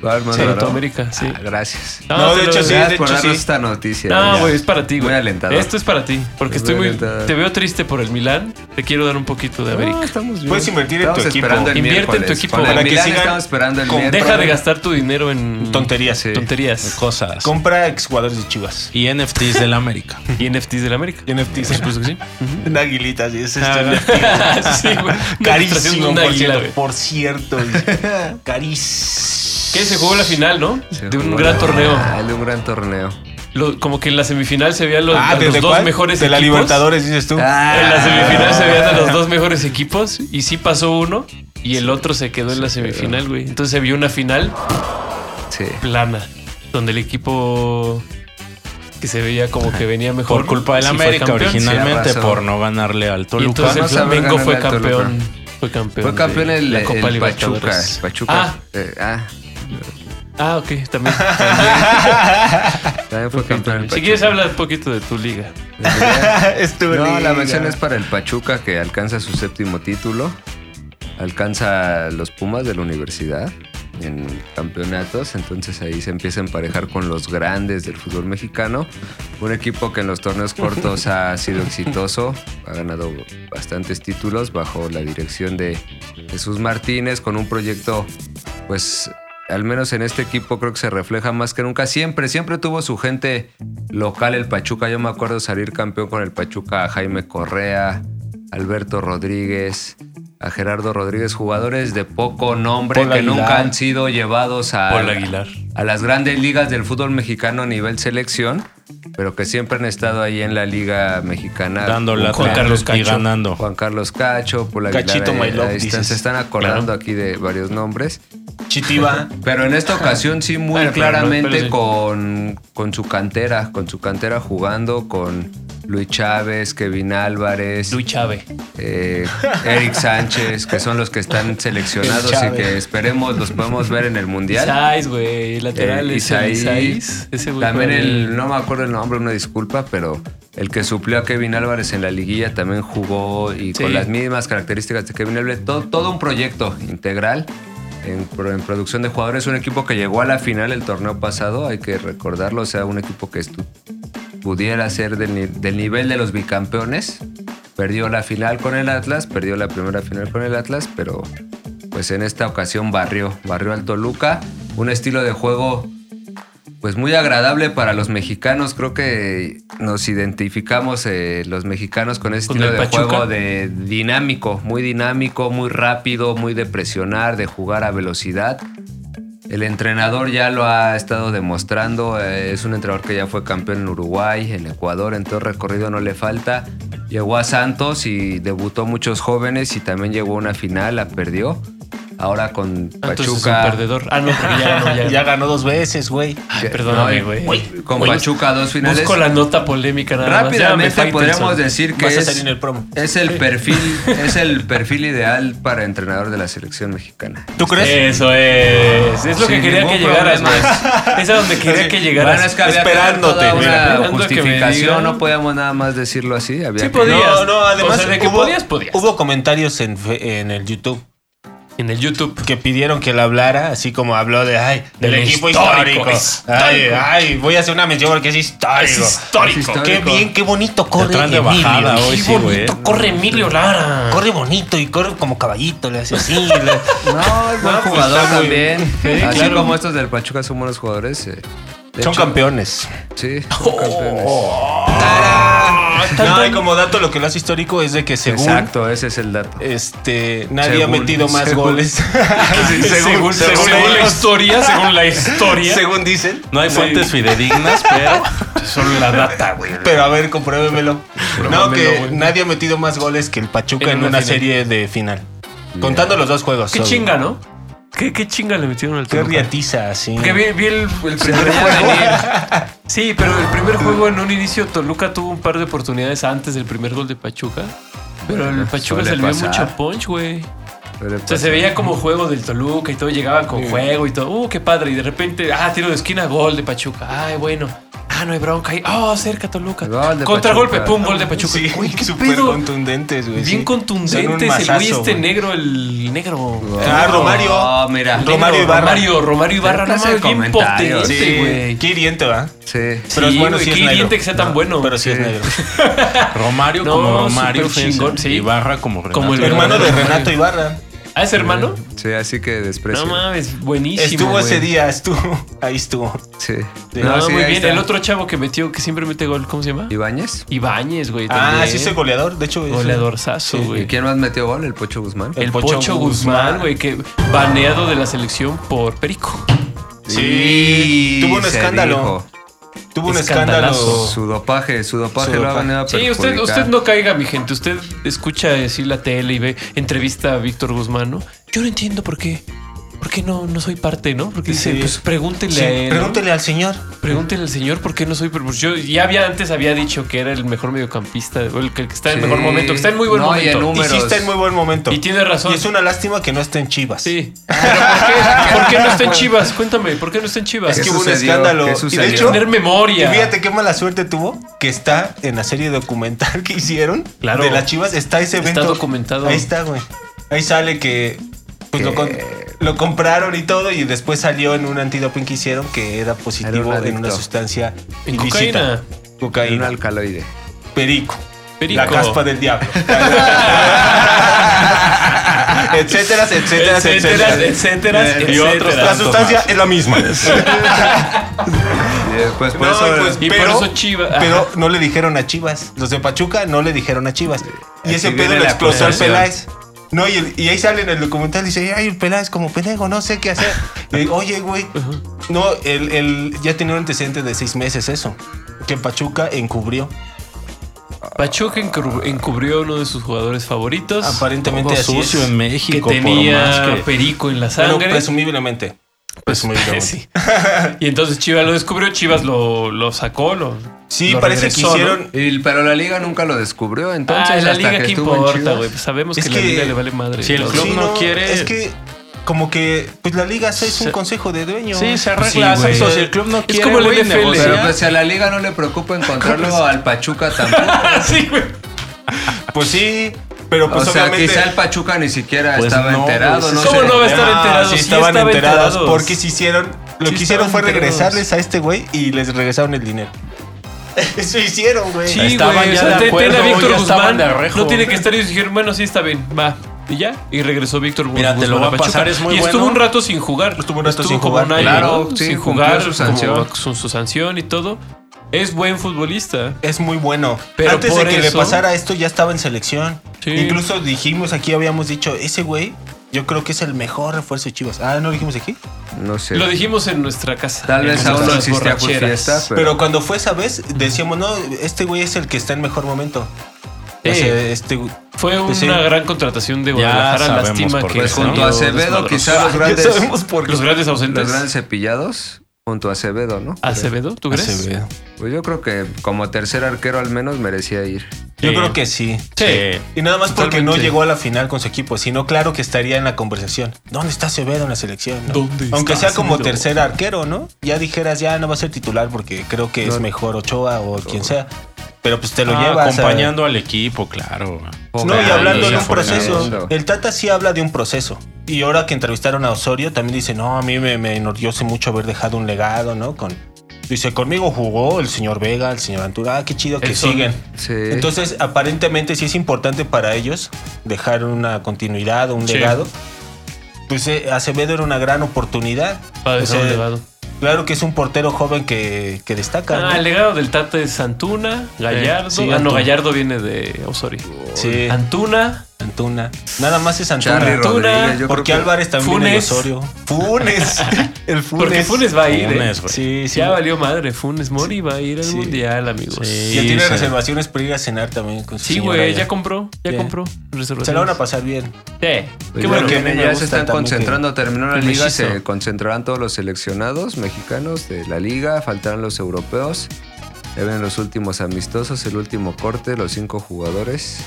B: Va, hermano,
A: Para tu
B: ¿verdad?
A: América, sí.
B: Ah, gracias.
A: No,
F: No,
A: te
F: de
A: lo-
F: hecho sí,
B: Gracias
F: de
B: por
F: hecho
B: darnos
F: sí.
B: esta noticia.
A: No,
B: Ya.
A: güey, es para ti, güey.
B: Muy alentador.
A: Esto es para ti, porque
B: Es
A: estoy
B: muy
A: muy.
B: alentador.
A: Te veo triste por el Milán. Te quiero dar un poquito de
B: No,
A: América.
B: estamos bien.
F: Puedes invertir en tu
B: Estamos
F: equipo.
B: esperando el
A: Invierte en tu
B: miércoles.
A: equipo,
B: Con el
A: para
F: que
B: Milán
F: sigan
B: estamos esperando el
F: con-
B: miércoles.
A: Deja de gastar tu dinero en
F: Tonterías.
B: Sí.
A: tonterías
C: Cosas.
F: Compra exjugadores de Chivas.
C: Y NFTs del
A: *laughs*
C: América.
A: y NFTs del América.
F: Y NFTs.
A: Por supuesto que sí.
F: En aguilitas. y es este,
A: pues, *laughs* Ah, *laughs* sí, güey. Una ilustración de
F: Carísimo,
A: un
F: por
A: águila,
F: cierto.
A: güey.
F: Por cierto.
A: *laughs*
F: y- Carísimo.
A: Que se jugó la final, ¿no?
B: Se
A: De un
B: jugó
A: gran
B: la
A: torneo.
B: final Ah, de un gran torneo.
A: Lo- como que en la semifinal se veían los, a los
F: ¿desde
A: dos
F: cuál?
A: mejores
F: Ah, De la
A: equipos.
F: Libertadores, Ah. dices tú.
B: Ah.
A: En la semifinal se veían a los dos mejores equipos y sí pasó uno y el otro se quedó en la semifinal, güey. Entonces se vio una final
B: Sí.
A: plana, donde el equipo que se veía como que venía mejor.
C: Por culpa del
A: sí fue
C: América
A: campeón.
C: originalmente,
B: Sí, arrasó.
C: por no ganarle al
A: Y
C: Toluca.
A: entonces el
B: Vamos a ver
A: Flamengo
B: ganar
A: fue
B: al Toluca.
A: campeón. Fue campeón.
B: Fue campeón
A: de
B: el,
A: la Copa
B: el Pachuca.
A: Libertadores.
B: Pachuca.
A: Ah,
B: eh, ah,
A: ah,
B: *laughs*
A: ok, también.
B: también fue campeón.
A: *laughs*
B: el
A: si quieres,
B: Pachuca.
A: habla un poquito de tu liga.
F: *laughs* Es tu
B: No,
F: liga.
B: la mención es para el Pachuca que alcanza su séptimo título. Alcanza a los Pumas de la universidad en campeonatos. Entonces ahí se empieza a emparejar con los grandes del fútbol mexicano. Un equipo que en los torneos cortos ha sido exitoso. Ha ganado bastantes títulos bajo la dirección de Jesús Martínez con un proyecto pues al menos en este equipo creo que se refleja más que nunca. Siempre, siempre tuvo su gente local el Pachuca. Yo me acuerdo salir campeón con el Pachuca a Jaime Correa, Alberto Rodríguez, a Gerardo Rodríguez, jugadores de poco nombre
F: Paul
B: que
F: Aguilar.
B: nunca han sido llevados a,
A: Paul Aguilar.
B: a las grandes ligas del fútbol mexicano a nivel selección, pero que siempre han estado ahí en la liga mexicana.
C: Dando
B: Un
C: la
A: Juan Carlos
C: y
A: Cacho.
C: ganando.
B: Juan Carlos Cacho, Paul Aguilar,
F: Cachito
B: eh,
F: My Love,
B: ahí están,
F: dices.
B: se están acordando aquí de varios nombres.
F: Chitiva.
B: Pero en esta ocasión sí muy
A: Bueno, pero no,
B: claramente
A: pero sí.
B: con, con su cantera, con su cantera jugando con Luis Chávez, Kevin Álvarez,
A: Luis Chávez.
B: eh, Eric Sánchez, que son los que están seleccionados y
F: Chávez.
B: que esperemos los podemos ver en el Mundial.
A: Isais, güey. Lateral
B: Eh,
A: es el
B: Isaí.
A: Isais. Ese güey
B: También
A: juega
B: el, no me acuerdo el nombre, una disculpa, pero el que suplió a Kevin Álvarez en la liguilla también jugó y
A: Sí.
B: con las mismas características de Kevin Álvarez. Todo, todo un proyecto integral en, pro- en producción de jugadores. Un equipo que llegó a la final el torneo pasado, hay que recordarlo. O sea, un equipo que estu- pudiera ser del, ni- del nivel de los bicampeones. Perdió la final con el Atlas, perdió la primera final con el Atlas, pero pues en esta ocasión barrió, barrió al Toluca. Un estilo de juego pues muy agradable para los mexicanos. Creo que nos identificamos eh, los mexicanos con ese
A: ¿Con
B: estilo
A: el
B: de
A: Pachuca?
B: juego de dinámico, muy dinámico, muy rápido, muy de presionar, de jugar a velocidad. El entrenador ya lo ha estado demostrando. eh, es un entrenador que ya fue campeón en Uruguay, en Ecuador, en todo recorrido no le falta. Llegó a Santos y debutó muchos jóvenes y también llegó a una final, la perdió. Ahora con
A: Ah, Entonces es un
B: Pachuca.
A: perdedor. Ah, no, porque ya no, ya.
F: *laughs* *laughs* Ya ganó dos veces, güey.
A: Ay, perdóname,
B: No, eh,
A: güey.
B: con
A: Oye,
B: Pachuca dos finales.
A: Busco la nota polémica nada más. Llámame
B: Rápidamente
A: Faitelson.
B: podríamos decir que
F: Vas a
B: es,
F: salir en el promo.
B: es el perfil,
A: *laughs*
B: es el perfil ideal para entrenador de la selección mexicana.
F: ¿Tú crees?
A: Eso es. Es lo
B: Sin
A: que quería que
B: ningún
A: llegaras, güey.
B: problema.
A: Es a donde quería que llegaras.
B: Bueno, es que había que dar
F: esperándote,
B: toda
A: mira,
B: una
A: esperando que me digan.
B: justificación, no podíamos nada más decirlo así. Había
A: Sí
B: que-
A: podía.
F: No, no, además
A: O sea, de que podías, podías.
F: hubo comentarios en, fe- en el YouTube
A: En el YouTube.
F: que pidieron que la hablara, así como habló de, ay, del
A: Del
F: equipo
A: histórico,
F: histórico. Ay,
A: histórico.
F: ay, voy a hacer una mención porque es histórico.
A: Es histórico.
B: Es
F: Qué
B: histórico.
F: bien, qué bonito corre
C: traen de
F: Emilio.
C: bajada
F: Qué
C: hoy, sí,
F: bonito.
C: güey.
A: Corre Emilio Lara.
F: Corre bonito y corre como caballito, le hace así. le-
B: No, es buen
F: No, pues,
B: jugador
F: está muy-
B: también.
A: Sí,
B: así
A: claro.
B: como estos del Pachuca son buenos jugadores. eh. De
F: *laughs* Son
B: hecho,
F: campeones.
B: Sí,
A: Oh.
B: son campeones.
F: No, y como dato lo que lo hace histórico es de que según
B: Exacto, ese es
A: *laughs*
B: el dato.
F: este nadie ha
B: Según,
F: metido más
B: según.
F: goles.
B: Sí,
A: según, según la historia, según la historia.
F: *laughs* según dicen.
C: No hay
A: *laughs*
C: fuentes fidedignas, pero
A: Solo la data, güey.
F: Pero a ver, compruébemelo. No,
B: Compruébamelo,
F: que
B: güey.
F: nadie ha metido más goles que el Pachuca
A: En
F: en, una
A: una final.
F: serie de final. Contando los dos juegos.
A: Qué
F: son-
A: chinga, ¿no? ¿Qué, qué chinga le metieron al
F: Qué
A: Toluca?
F: riatiza, así.
A: Porque vi, vi el, el primer
B: veía
A: juego. Sí, pero el primer juego en un inicio Toluca tuvo un par de oportunidades antes del primer gol de Pachuca. Pero el
B: Bueno,
A: Pachuca
B: suele
A: se le vio
B: pasar.
A: mucho punch, güey.
B: Pero
A: O sea,
F: Pues
A: se veía como juego del Toluca y todo, llegaban con juego y todo. Uh, qué padre. Y de repente, ah, tiro de esquina, gol de Pachuca. Ay, bueno. Ah, no hay bronca. ahí. Oh, cerca Toluca.
B: Gol de
A: Contragolpe,
B: Pachuca.
A: pum, gol de Pachuca.
F: Sí,
A: Uy, qué
F: súper
A: pedo.
F: contundentes, güey.
A: Bien
F: sí. Son un
A: contundentes. el
F: mazazo,
A: güey este
F: güey.
A: negro, el negro.
F: Ah, Romario.
B: No, mira.
A: El
F: Romario Ibarra.
A: Romario, Romario Ibarra. No,
B: Clase de
A: mames, bien
B: comentarios.
A: potente,
F: Sí,
A: este güey.
F: Qué hiriente, ¿va?
B: Sí.
F: Pero es bueno
A: güey,
F: si
A: qué
F: es negro.
A: hiriente que este sea tan bueno.
F: Pero sí es negro.
C: Romario
A: No,
C: como Romario
A: súper chingón, sí.
C: y Barra como Renato.
A: Como el
F: Hermano de
A: Romario.
F: Renato Ibarra.
A: ¿Ah, es hermano?
B: Sí, así que
A: No
B: desprecio.
A: mames, buenísimo.
F: Estuvo
A: güey. Este
F: ese día, estuvo. Ahí estuvo.
B: Sí.
A: No,
B: sí,
A: Ah, muy
B: ahí
A: bien.
B: está.
A: El otro chavo que metió, que siempre mete gol, ¿cómo se llama?
B: Ibáñez.
A: Ibáñez, güey. eh.
F: Ah,
A: también.
F: sí, ese goleador. De hecho, es-
A: Goleadorzazo,
F: Sí.
A: güey.
B: ¿Y quién más metió gol? El Pocho Guzmán.
A: El Pocho, Guzmán, güey, que baneado de la selección por Perico.
F: Sí,
B: Y
F: tuvo un
B: se
F: escándalo.
B: dijo.
F: Tuvo un escándalo.
A: Escandalazo.
B: Su dopaje, su dopaje
F: Oh. Su
B: lo ha
F: dopaje.
B: venido a
A: Sí, usted,
B: perjudicar.
A: usted no caiga, mi gente. Usted escucha decir la tele y ve entrevista a Víctor Guzmán, ¿no? Yo no entiendo por qué. ¿Por qué no, no soy parte, no? Porque dice,
F: Sí.
A: pues pregúntele
F: Sí,
A: a él, ¿no?
F: Pregúntele al señor.
A: Pregúntele al señor por qué no soy. Pues yo ya había antes había dicho que era el mejor mediocampista, o el que el que está en el mejor
B: Sí.
A: momento, que está en muy buen
B: No, y
A: momento.
B: en Números.
F: Y sí está en muy buen momento.
A: Y tiene razón.
F: Y es una lástima que no esté en Chivas.
A: Sí. Pero ¿por qué, por qué no
F: *laughs*
A: está en Chivas? Cuéntame, ¿por qué no está en Chivas?
F: Es que
B: ¿Qué
F: hubo un
B: sucedió?
F: escándalo.
B: ¿Qué
F: Y de
B: sucedió?
F: hecho,
A: tener
F: y
A: memoria.
F: fíjate qué mala suerte tuvo que está en la serie documental que hicieron
A: Claro.
F: de las Chivas. Está ese
A: Está
F: evento.
A: documentado.
F: Ahí está, güey. Ahí sale que pues, lo, con- lo compraron y todo. Y después salió en un antidoping que hicieron que era
B: Era
F: positivo
B: un
F: en una
B: adicto.
F: sustancia
A: En
F: ilícita.
A: cocaína.
B: Y un
F: Cocaína.
B: alcaloide.
F: Perico.
A: Perico.
F: La caspa
A: *laughs*
F: del diablo. etcétera, etcétera,
A: Etcéteras,
F: etcétera.
A: etcéteras,
C: Y otros
A: etcéteras.
F: La sustancia es
A: *laughs*
F: la misma.
B: Y después, por
F: No,
B: eso,
F: pues,
A: Y por
F: pero-
A: eso Chivas. ajá.
F: Pero no le dijeron a Chivas. Los de Pachuca no le dijeron a Chivas. Y
B: Aquí
F: ese
B: viene
F: pedo le
B: la
F: explotó al
B: acusación.
F: Peláez. No, y, el- y ahí sale en el documental y dice, ay, el Peláez como pendejo, no sé qué
C: *laughs*
F: hacer. Y digo, Oye, güey. No, el, el- ya tenía un antecedente de seis meses eso. Que Pachuca encubrió.
A: Pachuca encru- encubrió a uno de sus jugadores favoritos.
F: Aparentemente
C: Pues, Todo
F: así es.
C: sucio en
A: que
C: México.
A: tenía
C: por más que-
A: perico en la
F: Pero pues,
A: sangre.
F: presumiblemente.
C: Pues, *laughs*
F: Presumiblemente.
A: Sí. Y entonces Chivas lo descubrió, Chivas lo, lo sacó, lo.
F: Sí,
A: lo
F: parece
A: regresó, ¿no?
F: que hicieron.
B: Y- pero la liga nunca lo descubrió, entonces
A: Ah, en la
B: hasta
A: liga
B: que
A: que
B: estuvo en
A: importa,
B: Chivas.
A: güey. Pues sabemos
F: Es
A: que, la
F: que-
A: liga le vale madre.
C: Sí, el
A: Todo.
C: club
F: Sí,
C: no quiere-
F: Es que, como que, pues la liga es un
C: Se-
F: consejo de dueño.
C: Sí, se
A: Sí,
C: arregla.
A: güey.
C: eso, si el club no
A: Es
C: quiere,
A: como el
C: güey,
A: NFL.
C: negociar.
B: Pero pues si a la liga no
A: *laughs*
B: le preocupa
A: Pues,
B: encontrarlo al Pachuca tampoco.
A: Sí, güey.
F: Pues sí, pero
B: O
F: pues
B: sea,
F: obviamente.
B: quizá el Pachuca ni siquiera
C: Pues
B: estaba
C: no,
B: enterado.
C: güey,
B: No
A: ¿Cómo
B: sé.
A: no va a estar
F: Ah,
A: enterado?
F: sí
A: Sí
F: estaban
A: estaba
F: enterados,
A: enterados.
F: porque se hicieron. Lo
A: Sí
F: que hicieron
A: estaban
F: fue
A: enterados.
F: regresarles a este güey y les regresaron
B: *laughs*
F: el dinero. Eso hicieron, güey.
A: Sí,
C: Estaban
A: güey.
C: ya
A: o sea,
C: de
A: te-
C: acuerdo,
A: ten a Víctor
C: ya estaban
A: Guzmán.
C: de arrejo.
A: No tiene que estar. Y ellos dijeron, bueno, sí, está bien, va. Y ya. Y regresó Víctor Gu-
C: Mira,
A: Guzmán.
C: te lo voy a
A: Pachuca.
C: pasar, es muy
A: Y estuvo
C: bueno.
A: un rato sin jugar.
F: Estuvo un rato sin
A: como
F: jugar.
A: un año,
B: Claro,
A: ¿no?
B: sí,
A: sin
B: cumplió
A: jugar.
B: su
A: Su
B: sanción.
A: sanción. Con su sanción y todo. Es buen futbolista.
F: Es muy bueno.
A: Pero
F: Antes de
A: por
F: que le
A: eso-
F: pasara esto, ya estaba en selección.
A: Sí.
F: Incluso dijimos aquí, habíamos dicho, ese güey, yo creo que es el mejor refuerzo de Chivas. Ah, no lo dijimos aquí.
B: No sé.
A: Lo dijimos en nuestra casa.
B: Este, Tal vez
A: En
B: aún no
A: nuestras
B: existía por
A: borracheras.
B: fiesta,
F: Pero
B: pero,
F: cuando fue esa vez, decíamos, no, este güey es el que está en mejor momento.
A: Sí.
F: O sea, este,
A: Fue
F: Pues sí.
A: una gran contratación de
C: Ya
A: Guadalajara.
C: sabemos
A: Lástima
C: por
A: que.
C: qué,
B: Pues
C: ¿no?
B: junto a Acevedo,
A: Los
B: quizá los
A: malos.
B: grandes,
F: ya sabemos por qué.
A: Los grandes ausentes.
B: los grandes cepillados. Junto a Acevedo, ¿no?
A: Acevedo, ¿tú crees?
F: Acevedo.
B: Pues yo creo que como tercer arquero al menos merecía ir.
F: Yo
A: Sí.
F: creo que sí.
A: Sí.
F: Y nada más porque no
A: Totalmente.
F: llegó a la final con su equipo, sino claro que estaría en la conversación. ¿Dónde está Acevedo en la selección? no?
A: ¿Dónde
F: Aunque
A: está
F: sea como
A: Acevedo?
F: tercer arquero, ¿no? Ya dijeras, ya no va a ser titular porque creo que es
B: No.
F: mejor Ochoa o quien sea. Pero pues te lo
C: Ah,
F: llevas. a-
C: acompañando al equipo, claro.
F: No, y
B: Foganeando,
F: hablando de un
C: Foganeando.
F: proceso. El Tata sí habla de un proceso. Y ahora que entrevistaron a Osorio, también dice, no, a mí me, me enorgullece mucho haber dejado un legado, ¿no? Con, dice, conmigo jugó el señor Vega, el señor Ventura. Ah, qué chido que
A: Edson.
F: siguen.
B: Sí.
F: Entonces, aparentemente sí es importante para ellos dejar una continuidad o un
A: Sí.
F: legado. Pues eh, Acevedo era una gran oportunidad.
A: Para
F: O
A: dejar
F: sea,
A: un legado.
F: Claro que es un portero joven que, que destaca.
A: Ah,
F: ¿no?
A: el legado del Tata es Antuna, Gallardo.
F: Sí,
A: ah, no,
F: Antuna.
A: Gallardo viene de Osorio.
F: Sí,
A: Antuna,
F: Antuna. Nada más es Antuna.
B: Charlie
A: Antuna,
B: Rodríguez, yo
F: Porque
B: creo que-
F: Álvarez también
A: Funes.
F: es Osorio.
A: *laughs*
F: Funes. El Funes.
A: porque Funes va a ir. ¿eh?
C: Funes, güey.
F: Sí, sí.
A: Ya valió madre, Funes Mori va a ir al
F: Sí.
A: mundial, amigos.
C: Sí.
F: Ya tiene
C: sí.
F: reservaciones para ir a cenar también con su
A: Sí,
F: señora
A: güey,
F: ya.
A: ya compró, ya
F: Sí.
A: compró. reservaciones.
F: Se la van a pasar bien.
A: Sí.
B: Pues
A: Qué
B: yo
A: bueno que
B: creo que
F: a mí me
B: ya se
F: gusta
B: están
F: también que-
B: concentrando. Terminó la
A: que
B: liga,
A: mellizo.
B: se concentrarán todos los seleccionados mexicanos de la liga, faltarán los europeos. Ya vienen los últimos amistosos, el último corte, los cinco jugadores.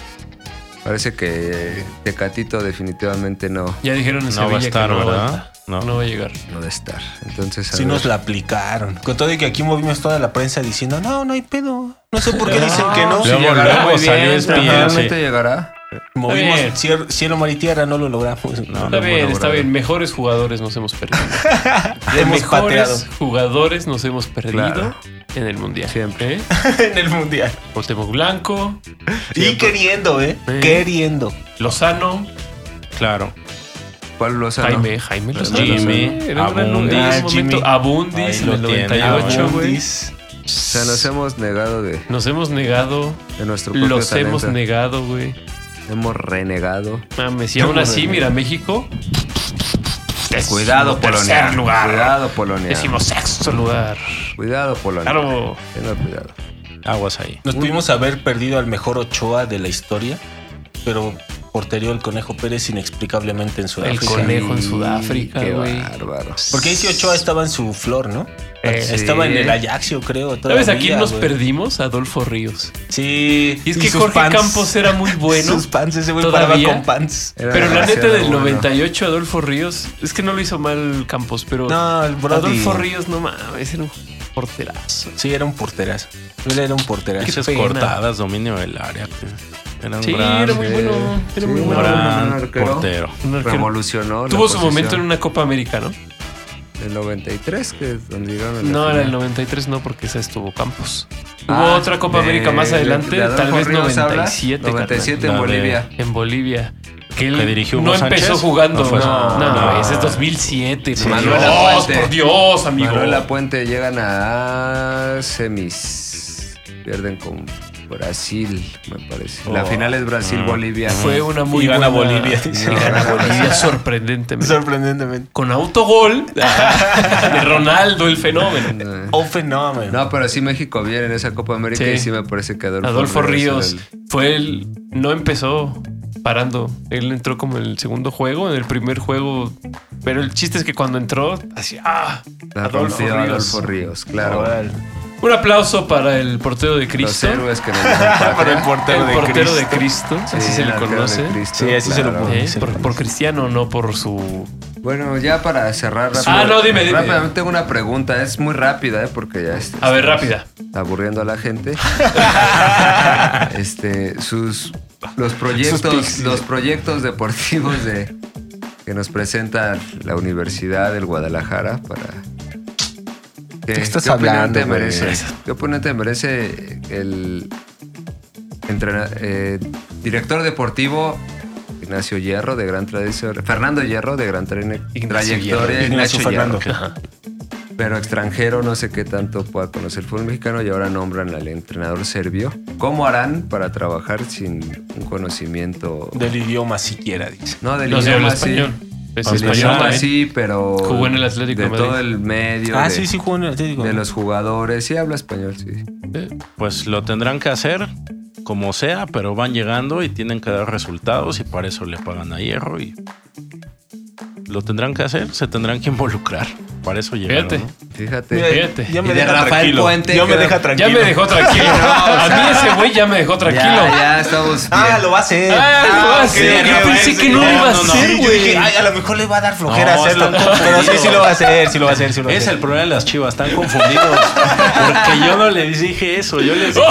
B: Parece que Tecatito definitivamente no,
A: ya dijeron en
C: No va a
A: Sevilla
C: estar,
A: que no
C: ¿verdad?
A: aguanta.
C: No.
A: No va a llegar.
B: no de estar. Entonces, a
F: Sí
B: ver.
F: nos la aplicaron. Con todo y que aquí movimos toda la prensa diciendo, no, no hay pedo. No sé por qué
A: Ah,
F: dicen que no.
B: Sí
C: Luego,
B: llegará
C: luego
A: muy
C: salió
A: bien,
C: espía,
B: ¿Realmente
C: sí.
B: llegará?
F: Movimos
A: bien.
F: cier- cielo, mar y tierra, no lo logramos.
C: No,
A: Está
C: no,
A: bien,
C: bueno,
A: está
C: bravo.
A: bien. Mejores jugadores nos hemos perdido. De
F: Hemos
A: mejores
F: pateado
A: jugadores nos hemos perdido
B: Claro.
A: en el mundial.
B: Siempre.
A: ¿Eh?
F: *laughs* en el mundial.
A: Cuauhtémoc Blanco,
F: Y queriendo, ¿eh?
A: Sí.
F: Queriendo.
A: Lozano,
C: Claro.
B: ¿Cuál lo sabe?
A: Jaime, Jaime Lozano.
C: Jimmy,
A: Era un gran lugar
C: Abundis.
A: en un
F: Ah, Jimmy.
A: momento. Abundis
C: Ahí
A: en
C: lo
A: el
C: tiene,
A: 98, güey.
F: Abundis.
B: O sea, nos hemos negado de,
A: Nos hemos negado,
B: de nuestro propio
A: los
B: talento.
A: hemos negado, güey.
B: Hemos renegado.
A: Mames, y aún así, mira, México.
B: Cuidado,
A: tercer
B: Polonia.
A: lugar.
B: Cuidado, Polonia.
A: sexto lugar.
B: Cuidado, Polonia.
A: Claro.
B: Tenga cuidado.
C: Aguas ahí.
F: Nos pudimos haber perdido al mejor Ochoa de la historia, pero porterio el Conejo Pérez inexplicablemente en Sudáfrica.
A: Conejo en Sudáfrica,
B: Qué
A: güey.
B: bárbaro.
F: Porque ahí sí Ochoa estaba en su flor, ¿no?
A: Eh,
F: estaba
B: sí.
F: en el Ajaxio, creo.
A: ¿Sabes a
F: todavía,
A: quién nos
F: güey.
A: perdimos? A Adolfo Ríos.
F: Sí.
A: Y es que
F: sus
A: Jorge
F: pants.
A: Campos era muy bueno.
F: Sus pants, ese güey
A: todavía.
F: paraba con pants.
B: Era
A: Pero la neta
B: demasiado
A: del
B: bueno.
A: 98, Adolfo Ríos, es que no lo hizo mal Campos, pero
F: No, el Brody.
A: Adolfo Ríos, no mames, era un porterazo.
F: Sí, era un porterazo. Él era un porterazo.
C: Esas
A: pena.
C: cortadas, dominio del área. Era un
A: Sí,
C: gran,
A: era muy
B: sí.
A: bueno. Era
B: Sí,
A: muy
B: un
A: bueno.
C: gran
B: Un arquero.
C: portero.
A: Un arquero.
B: Revolucionó. la
A: Tuvo su
B: posición
A: momento en una Copa América, ¿no?
B: Del 93, que es donde llegaron a la
A: No, era el
B: final.
A: 93, no, porque esa estuvo Campos. Hubo
B: Ah,
A: otra Copa
B: de-
A: América más
B: de-
A: adelante,
B: de Adolfo
A: tal vez
B: Ríos habla.
A: 97. carnal.
B: 97 en
C: La de-
B: Bolivia.
A: en Bolivia. Que él
C: ¿Que dirigió
A: no
C: Hugo Sánchez?
A: empezó jugando.
C: No fue-
A: no, no,
B: no.
A: güey, ese es 2007. por
B: Manuel
A: Dios,
B: Aponte.
A: por Dios, amigo.
B: Manuela Puente llegan a semis. Pierden con Brasil, me parece. La final es Brasil-Bolivia.
A: Oh. Ah.
B: Eh.
A: Fue una muy
F: Y gana
A: buena-
F: Bolivia, dice.
A: No, gana Bolivia sorprendentemente.
F: *laughs* Sorprendentemente.
A: Con autogol de Ronaldo, el fenómeno.
B: Eh,
F: Un fenómeno.
B: No, pero sí México viene en esa Copa América
A: Sí.
B: y sí me parece que Adolfo,
A: Adolfo Ríos
B: era
A: fue el. No empezó parando. Él entró como en el segundo juego, en el primer juego. Pero el chiste es que cuando entró, así. ¡Ah!
B: el- la rompió Adolfo, Ríos, claro.
F: Órale.
A: Un aplauso para el portero de
B: Los
A: Cristo.
B: héroes que nos dejan patria.
F: Para el portero,
A: el
F: de,
A: portero
F: Cristo.
A: de Cristo, así
B: Sí,
A: se
B: el
A: le
B: arquero de
A: conoce.
B: Cristo,
F: Sí, así se lo
B: claro.
F: pone.
A: ¿Eh? Por, por cristiano, no por su.
B: Bueno, ya para cerrar rápido.
A: Ah, no, dime, dime.
B: Rápidamente tengo una pregunta, es muy rápida, ¿eh? porque ya este,
A: A ver, rápida.
B: está aburriendo a la
F: *laughs*
B: gente. este, sus los proyectos,
F: pics.
B: los proyectos deportivos de que nos presenta la Universidad del Guadalajara para ¿Qué,
F: estás
B: qué opinión
F: hablando,
B: te
F: güey?
B: merece? ¿Qué opinión te merece el entrena- eh, director deportivo Ignacio Hierro de gran trayectoria, Fernando Hierro de gran tra- trayectoria,
F: Ignacio Fernando.
A: Ajá.
B: pero extranjero, no sé qué tanto pueda conocer el fútbol mexicano y ahora nombran al entrenador serbio. ¿Cómo harán para trabajar sin un conocimiento?
F: Del idioma siquiera, dice.
B: no, del
A: No sé, habla
B: idioma sí.
A: español. Es
B: Del
A: español.
B: idioma
A: ¿eh?
B: sí, pero.
A: Jugó en el Atlético
B: De
A: de Madrid.
B: todo el medio.
F: Ah,
B: de,
F: sí, sí, jugó en el Atlético.
B: de los jugadores. Sí, habla español, sí.
C: Pues lo tendrán que hacer como sea, pero van llegando y tienen que dar resultados y para eso le pagan a hierro y lo tendrán que hacer, se tendrán que involucrar. Para eso llegaron.
A: Fíjate.
C: ¿no?
B: Fíjate.
F: Mira,
A: Fíjate.
F: ya
B: Y
F: me
B: de
F: deja
B: Rafael
F: tranquilo.
B: Puente,
F: Ya me
B: que-
F: deja
A: Ya
F: tranquilo.
A: me dejó *laughs* tranquilo. A mí ese güey ya me dejó tranquilo.
B: Ya, ya estamos.
F: Ah,
B: bien.
F: lo va a hacer.
A: Ah, lo va a hacer. Yo pensé que no lo iba a hacer,
F: Sí, yo
A: güey.
F: dije, Ay, a lo mejor le va a dar flojera
C: No,
F: hacerlo.
C: está
F: Pero sí, sí lo va a hacer, sí lo va a hacer, sí lo va a
C: Es
F: hacer.
C: el problema de las chivas, están confundidos. *laughs* Porque yo no les dije eso, yo les dije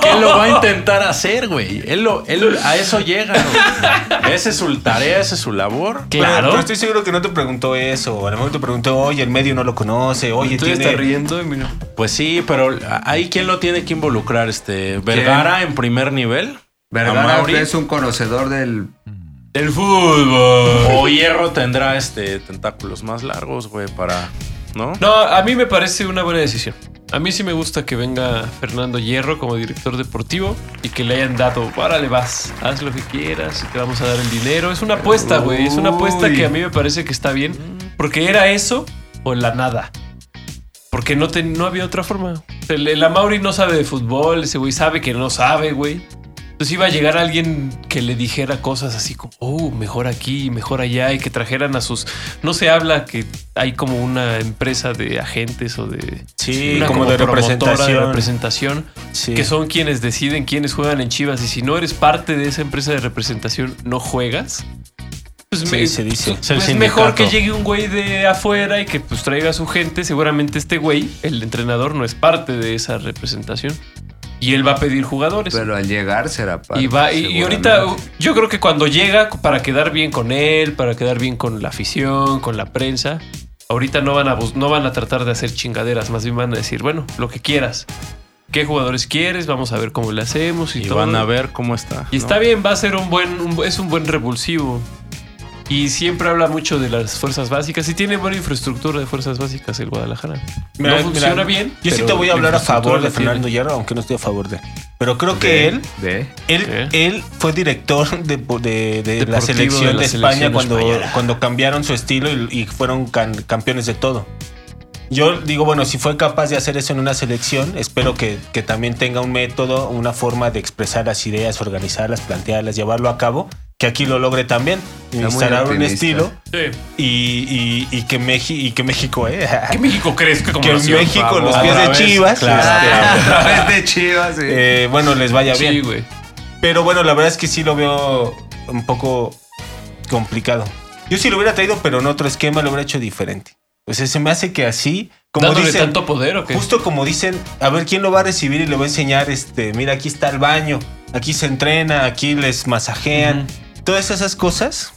C: que él lo va a intentar hacer, güey. Él, lo- él a eso llega. güey. Esa es su tarea, esa es su labor.
F: Pero-
A: Claro.
F: Pero estoy seguro que no te preguntó eso. A lo mejor te preguntó, oye, el medio no lo conoce, oye,
B: Tú ya estás
F: tiene...
B: riendo y mira.
C: Pues sí, pero ahí quién lo tiene que involucrar, este Vergara en primer nivel.
B: Vergara
C: Amauri.
B: es un conocedor del.
A: pues, El fútbol.
C: O Hierro tendrá este tentáculos más largos, güey, para, ¿no?
A: No, a mí me parece una buena decisión. A mí sí me gusta que venga Fernando Hierro como director deportivo y que le hayan dado, órale, vas, haz lo que quieras y te vamos a dar el dinero. Es una apuesta, güey. Es una apuesta
B: Uy.
A: que a mí me parece que está bien porque era eso o la nada. Porque no, te, no había otra forma. El, el Amauri no sabe de fútbol, ese güey sabe que no sabe, güey. Entonces iba a llegar alguien que le dijera cosas así como, oh, mejor aquí, mejor allá, y que trajeran a sus... No se habla que hay como una empresa de agentes o de...
F: Sí,
A: una
F: como, de
A: promotora De
F: representación.
A: representación
F: Sí.
A: Que son quienes deciden quiénes juegan en Chivas. Y si no eres parte de esa empresa de representación, no juegas. Pues
F: Sí, se dice.
A: pues
C: el
A: es
C: sindicato.
A: mejor que llegue un güey de afuera y que pues traiga a su gente. Seguramente este güey, el entrenador, no es parte de esa representación. Y él va a pedir jugadores.
B: Pero al llegar será para.
A: Y va, y, y ahorita uh, yo creo que cuando llega para quedar bien con él, para quedar bien con la afición, con la prensa, ahorita no van a bus- no van a tratar de hacer chingaderas, más bien van a decir, bueno, lo que quieras. ¿Qué jugadores quieres? Vamos a ver cómo le hacemos y,
C: Y
A: todo.
C: van a ver cómo está.
A: Y
C: ¿no?
A: está bien, va a ser un buen un- es un buen revulsivo. Y siempre habla mucho de las fuerzas básicas y tiene buena infraestructura de fuerzas básicas el Guadalajara.
F: Mira,
A: no funciona
F: mira,
A: bien.
F: Yo sí
A: pero
F: te voy a
A: la
F: hablar a favor de
A: infraestructura la
F: Fernando
A: tiene.
F: Hierro, aunque no estoy a favor de él. Pero creo que él,
B: De.
F: él, él fue director de, de- de
A: Deportivo
F: la selección
A: de
F: de,
A: la
F: España
A: selección
F: cuando,
A: española.
F: cuando cambiaron su estilo y, y fueron can- campeones de todo. Yo digo, bueno, si fue capaz de hacer eso en una selección, espero que, que también tenga un método, una forma de expresar las ideas, organizarlas, plantearlas, llevarlo a cabo, que aquí lo logre también,
B: muy
F: instalar un
B: optimista.
F: estilo
A: Sí.
F: y, y- y que, Meji- y que México, eh,
A: Que México crezca como
F: que
A: nación.
F: México, los
C: Otra
F: pies de
C: vez,
F: Chivas, este,
C: claro.
B: Ah, *laughs* a través de Chivas. sí.
F: eh, bueno, les vaya
A: Sí,
F: bien.
A: güey.
F: Pero bueno, la verdad es que sí lo veo un poco complicado. Yo sí lo hubiera traído, pero en otro esquema lo hubiera hecho diferente. O sea, se me hace que así, como
A: dándole
F: dicen,
A: tanto poder o qué?
F: justo como dicen, a ver quién lo va a recibir y le va a enseñar, este, mira, aquí está el baño, aquí se entrena, aquí les masajean, todas esas cosas.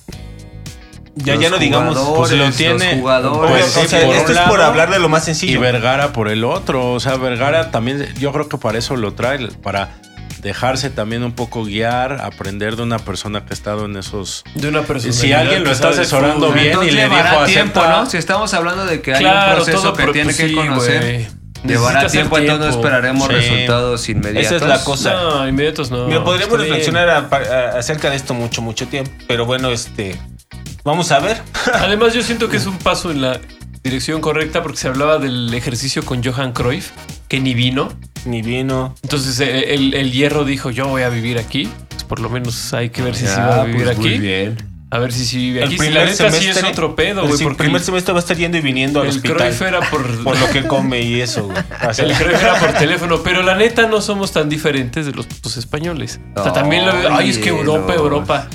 F: Ya,
B: Los
F: ya no digamos.
B: jugadores,
C: pues lo
B: los
C: tiene-
B: jugadores.
C: pues
F: Obvio,
C: sí,
F: o sea,
C: por
F: esto
C: un
F: es por
C: lado,
F: hablar de lo más
C: y
F: sencillo.
C: Vergara por el otro. O sea, Vergara también, yo creo que para eso lo trae, para dejarse también un poco guiar, aprender de una persona que ha estado en esos.
A: de una persona.
C: Si alguien lo está asesorando bien
B: Entonces
C: y le
B: llevará
C: dijo
B: tiempo,
C: acepta,
B: ¿no? Si estamos hablando de que hay un
A: claro,
B: proceso
A: todo
B: que
A: pero
B: tiene
A: pues
B: que
A: sí,
B: conocer,
A: güey. Necesita
B: llevará
A: hacer
B: tiempo, entonces esperaremos
C: Sí.
B: resultados inmediatos.
F: Esa es la cosa.
A: No, inmediatos no.
F: Mira, podríamos
A: Está bien.
F: reflexionar a- a- acerca de esto mucho, mucho tiempo. Pero bueno, este. Vamos a ver.
A: *laughs* Además, yo siento que es un paso en la dirección correcta porque se hablaba del ejercicio con Johan Cruyff, que ni vino.
F: Ni vino.
A: Entonces, eh, el, el hierro dijo: Yo voy a vivir aquí. Pues por lo menos hay que ver si se
B: Ah,
A: va a vivir
B: pues, muy
A: aquí.
B: bien.
A: A ver si sí vive aquí.
F: El
A: Si
F: primer
A: la neta sí es
F: semestre-
A: otro pedo, güey.
F: el
A: Porque
F: primer
A: el-
F: semestre va a estar yendo y viniendo al
A: el
F: hospital.
A: Cruyff era por,
F: Por lo que come y eso,
A: *laughs*
F: güey. O sea,
A: El creo que era por teléfono, pero la neta no somos tan diferentes de los putos españoles. O sea, también lo veo. Ay, es que Europa,
B: Oye,
A: Europa.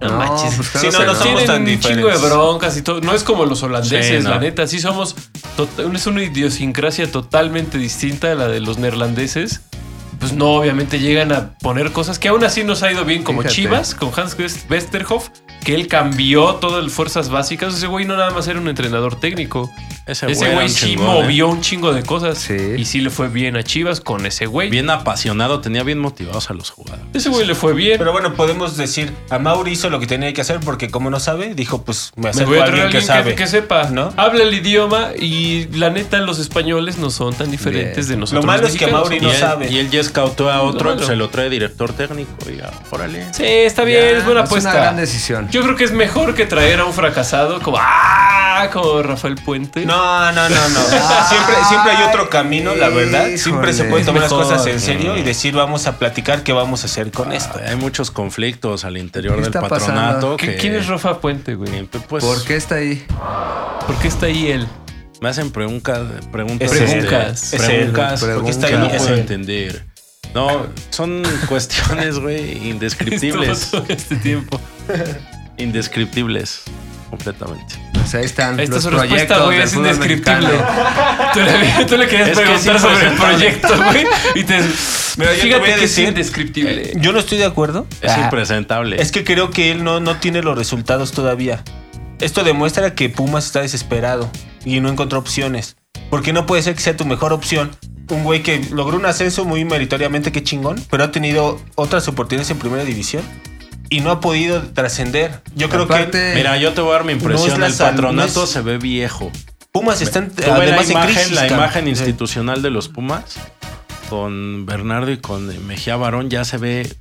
A: No,
B: No,
A: manches.
B: pues claro
F: Sí, no,
B: que
F: no somos
A: Tienen
F: tan
A: un chingo de
F: diferentes.
A: broncas y todo. No es como los holandeses,
C: Sí, no.
A: la neta. Sí somos. tot- Es una idiosincrasia totalmente distinta a la de los neerlandeses. Pues no, obviamente llegan a poner cosas que aún así nos ha ido bien, como
B: Fíjate.
A: Chivas, con Hans West- Westerhoff, que él cambió todas las fuerzas básicas. Ese güey no nada más era un entrenador técnico. Ese
C: era
A: güey
C: un
A: sí
C: chingón, ¿eh?
A: movió un chingo de cosas.
B: Sí.
A: Y sí le fue bien a Chivas con ese güey.
C: ¿eh? Bien apasionado, tenía bien motivados a los jugadores.
A: Ese güey le fue bien.
F: Pero bueno, podemos decir, a Mauri hizo lo que tenía que hacer porque como no sabe, dijo, pues me
A: Me
F: acerco
A: voy
F: a
A: a traer
F: alguien
A: a
F: que
A: alguien
F: sabe.
A: que, que sepa.
F: ¿no?
A: Habla el idioma y la neta los españoles no son tan diferentes
B: Bien.
A: de nosotros.
F: Lo malo
A: los
F: es que
A: mexicanos.
F: Mauri
C: Y,
F: no
C: él,
F: sabe.
C: y él ya escautó a otro,
A: Claro.
C: se lo trae director técnico. Y ya, órale.
A: Sí, está bien,
B: Ya,
A: es buena
B: Es una gran
A: apuesta.
B: decisión.
A: Yo creo que es mejor que traer a un fracasado como, ¡ah! como Rafael Puente.
F: No, no, no, no. Siempre, siempre hay otro camino, la verdad. Siempre se
B: Híjole.
F: pueden tomar las
A: Mejor,
F: cosas en
A: sí.
F: serio y decir, vamos a platicar qué vamos a hacer con esto.
C: Hay muchos conflictos al interior
B: ¿Qué
C: del
B: está pasando?
C: patronato.
A: ¿Qué-
C: que-
A: ¿Quién es Rafa Puente, güey?
C: que, Pues,
B: ¿Por qué está ahí?
A: ¿Por qué está ahí él?
C: Me hacen preguntas. Preguntas. este,
F: Es él.
A: Preguntas.
F: Es él.
C: preguntas
F: Porque está
C: que
F: ahí,
C: no
F: es
C: puedo
F: él.
C: entender. No,
F: *laughs*
C: son cuestiones,
A: *laughs*
C: güey, indescriptibles.
A: Todo este tiempo.
C: Indescriptibles. Completamente.
B: Pues ahí están
A: Esta es
B: los
A: su respuesta,
B: proyectos
A: güey,
B: del
A: es
B: fútbol
A: indescriptible. *laughs*
B: mexicano.
A: Tú le, tú le querías
C: Es que es
A: preguntar sobre el
C: impresentable.
A: proyecto, güey. Y te.
F: Mira, yo te
A: fíjate
F: voy
A: que
F: a
A: es
F: decir-
A: indescriptible.
F: Eh, Yo no estoy de acuerdo.
C: Es
F: Ah.
C: impresentable.
F: Es que creo que él no, no tiene los resultados todavía. Esto demuestra que Pumas está desesperado y no encontró opciones. Porque no puede ser que sea tu mejor opción. Un güey que logró un ascenso muy meritoriamente, qué chingón, pero ha tenido otras oportunidades en primera división y no ha podido trascender. Yo creo que
B: Aparte-
C: Mira, yo te voy a dar mi impresión.
F: es la
C: el
F: sal-
C: patronato
F: no es-
C: se ve viejo.
F: Pumas están
C: Tú ves la
F: además en
C: imagen,
F: crisis.
C: la
F: cabrón.
C: imagen
F: Sí.
C: institucional de los Pumas con Bernardo y con Mejía Barón ya se ve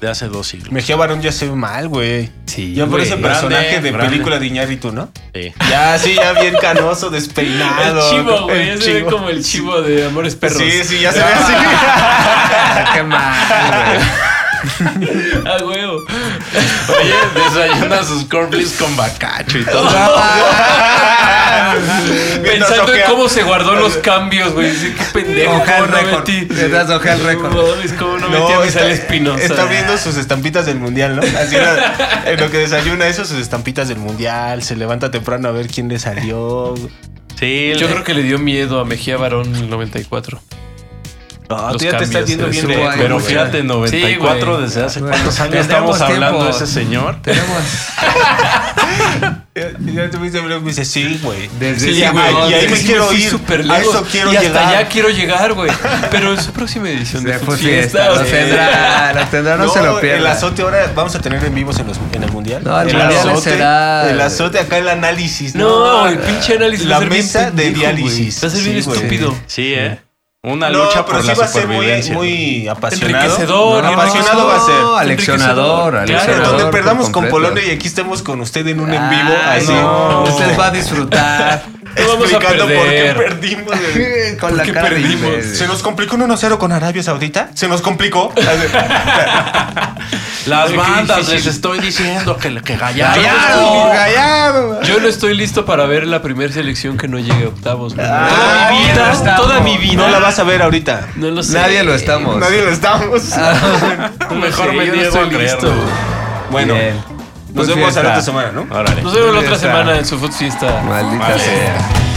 C: de hace dos siglos.
F: Mejía Barón ya se ve mal, güey.
A: Sí.
F: Ya por ese
C: Grande,
F: personaje de
C: grande.
F: película de Iñárritu, ¿no?
C: *laughs* Sí.
F: Ya, sí, ya bien canoso, despeinado.
A: El chivo, güey.
F: El
A: Ya se ve
F: chivo.
A: como el chivo de Amores Perros.
F: Sí, sí, ya se
A: *laughs*
F: ve así.
B: Ah, qué mal, güey.
A: Ah, *laughs* huevo.
C: Oye, desayuna sus cornflakes con bacacho y todo.
F: Mientras
A: Pensando en
F: ojea.
A: cómo se guardó *laughs* los cambios, güey. Dice, qué pendejo,
B: Ojea
A: cómo
B: el
A: no
B: récord.
A: metí.
B: Mientras ojea el récord.
A: No, mames, cómo no metí a Misael Espinosa.
F: está viendo sus estampitas del mundial, ¿no? Así era, en lo que desayuna eso, sus estampitas del mundial. Se levanta temprano a ver quién le salió.
C: Sí,
A: Yo creo que le dio miedo a Mejía Barón en el 94.
F: No,
A: Los
F: tú ya te estás
A: cambios,
F: yendo
A: sí,
F: bien
B: sí,
F: lejos,
B: güey.
C: Pero
F: güey.
C: fíjate, 94
A: güey.
C: desde hace
B: Bueno,
C: cuántos años
B: tenemos
C: estamos hablando de
B: tiempo.
C: ese señor.
B: Tenemos
F: Ya- Ya te fuiste a ver, me dice, sí, güey.
B: desde
A: Sí,
B: ese
A: güey.
B: momento-
F: y ahí me
A: sí
F: quiero
A: fui
F: ir.
A: súper
F: A
A: lejos.
F: eso quiero
A: y hasta
F: llegar.
A: allá quiero llegar, güey. Pero en su próxima edición de
B: Se
A: Food
B: fue
A: Fiesta.
B: fiesta.
A: o
B: Los
A: sea,
B: tendrá, los tendrá, no, se lo
F: El
B: pierda.
F: azote ahora vamos a tener en vivos en, los- en el mundial.
B: No, el
A: mundial
B: será-
F: El azote acá el análisis.
A: No, el pinche análisis. va
F: La
A: a ser bien
F: mesa de
A: pendejo, güey.
F: diálisis.
A: Va a ser bien
F: Sí, güey.
A: estúpido.
C: Sí, ¿eh? Una
F: No,
C: lucha
F: pero
C: por
F: sí
C: la
F: va a ser muy,
C: supervivencia.
F: muy apasionado.
A: Enriquecedor.
B: No,
F: apasionado va a ser.
B: no, Aleccionador,
A: Claro,
B: aleccionador.
F: Donde
B: por
F: perdamos con
B: completo.
F: Polonia y aquí estemos con usted en un en
B: Ah,
F: vivo así.
B: no,
F: Usted
B: Usted va a *laughs* disfrutar
A: No *laughs* vamos a
F: explicando por qué
A: perder.
F: perdimos. el-
B: con *laughs* la
A: qué
B: cara de
A: perdimos?
B: imbécil.
F: Se nos complicó un 1-0 con Arabia Saudita. Se nos complicó.
B: Ah,
C: Las
A: Qué
C: bandas,
A: difícil.
C: les estoy diciendo que, que Gallardo.
B: Gallardo,
F: Gallado.
A: Yo no estoy listo para ver la primera selección que no llegue a octavos. güey.
F: Ah,
A: toda mi
B: no
A: vida,
B: estamos.
A: toda mi vida.
F: No la vas a ver ahorita.
A: No lo sé.
B: Nadie lo estamos.
F: Nadie lo estamos.
A: No lo
C: Mejor
A: sé,
C: me
A: yo no
C: niego a
A: estoy
C: creerlo.
A: listo. güey.
F: *laughs* Bueno,
B: Bien.
F: nos
B: Pues
F: vemos a la
B: fiesta.
F: otra semana, ¿no?
C: Órale.
A: Nos vemos la otra
B: Fiesta.
A: semana en su Food Fiesta.
B: Maldita
C: Vale.
B: sea.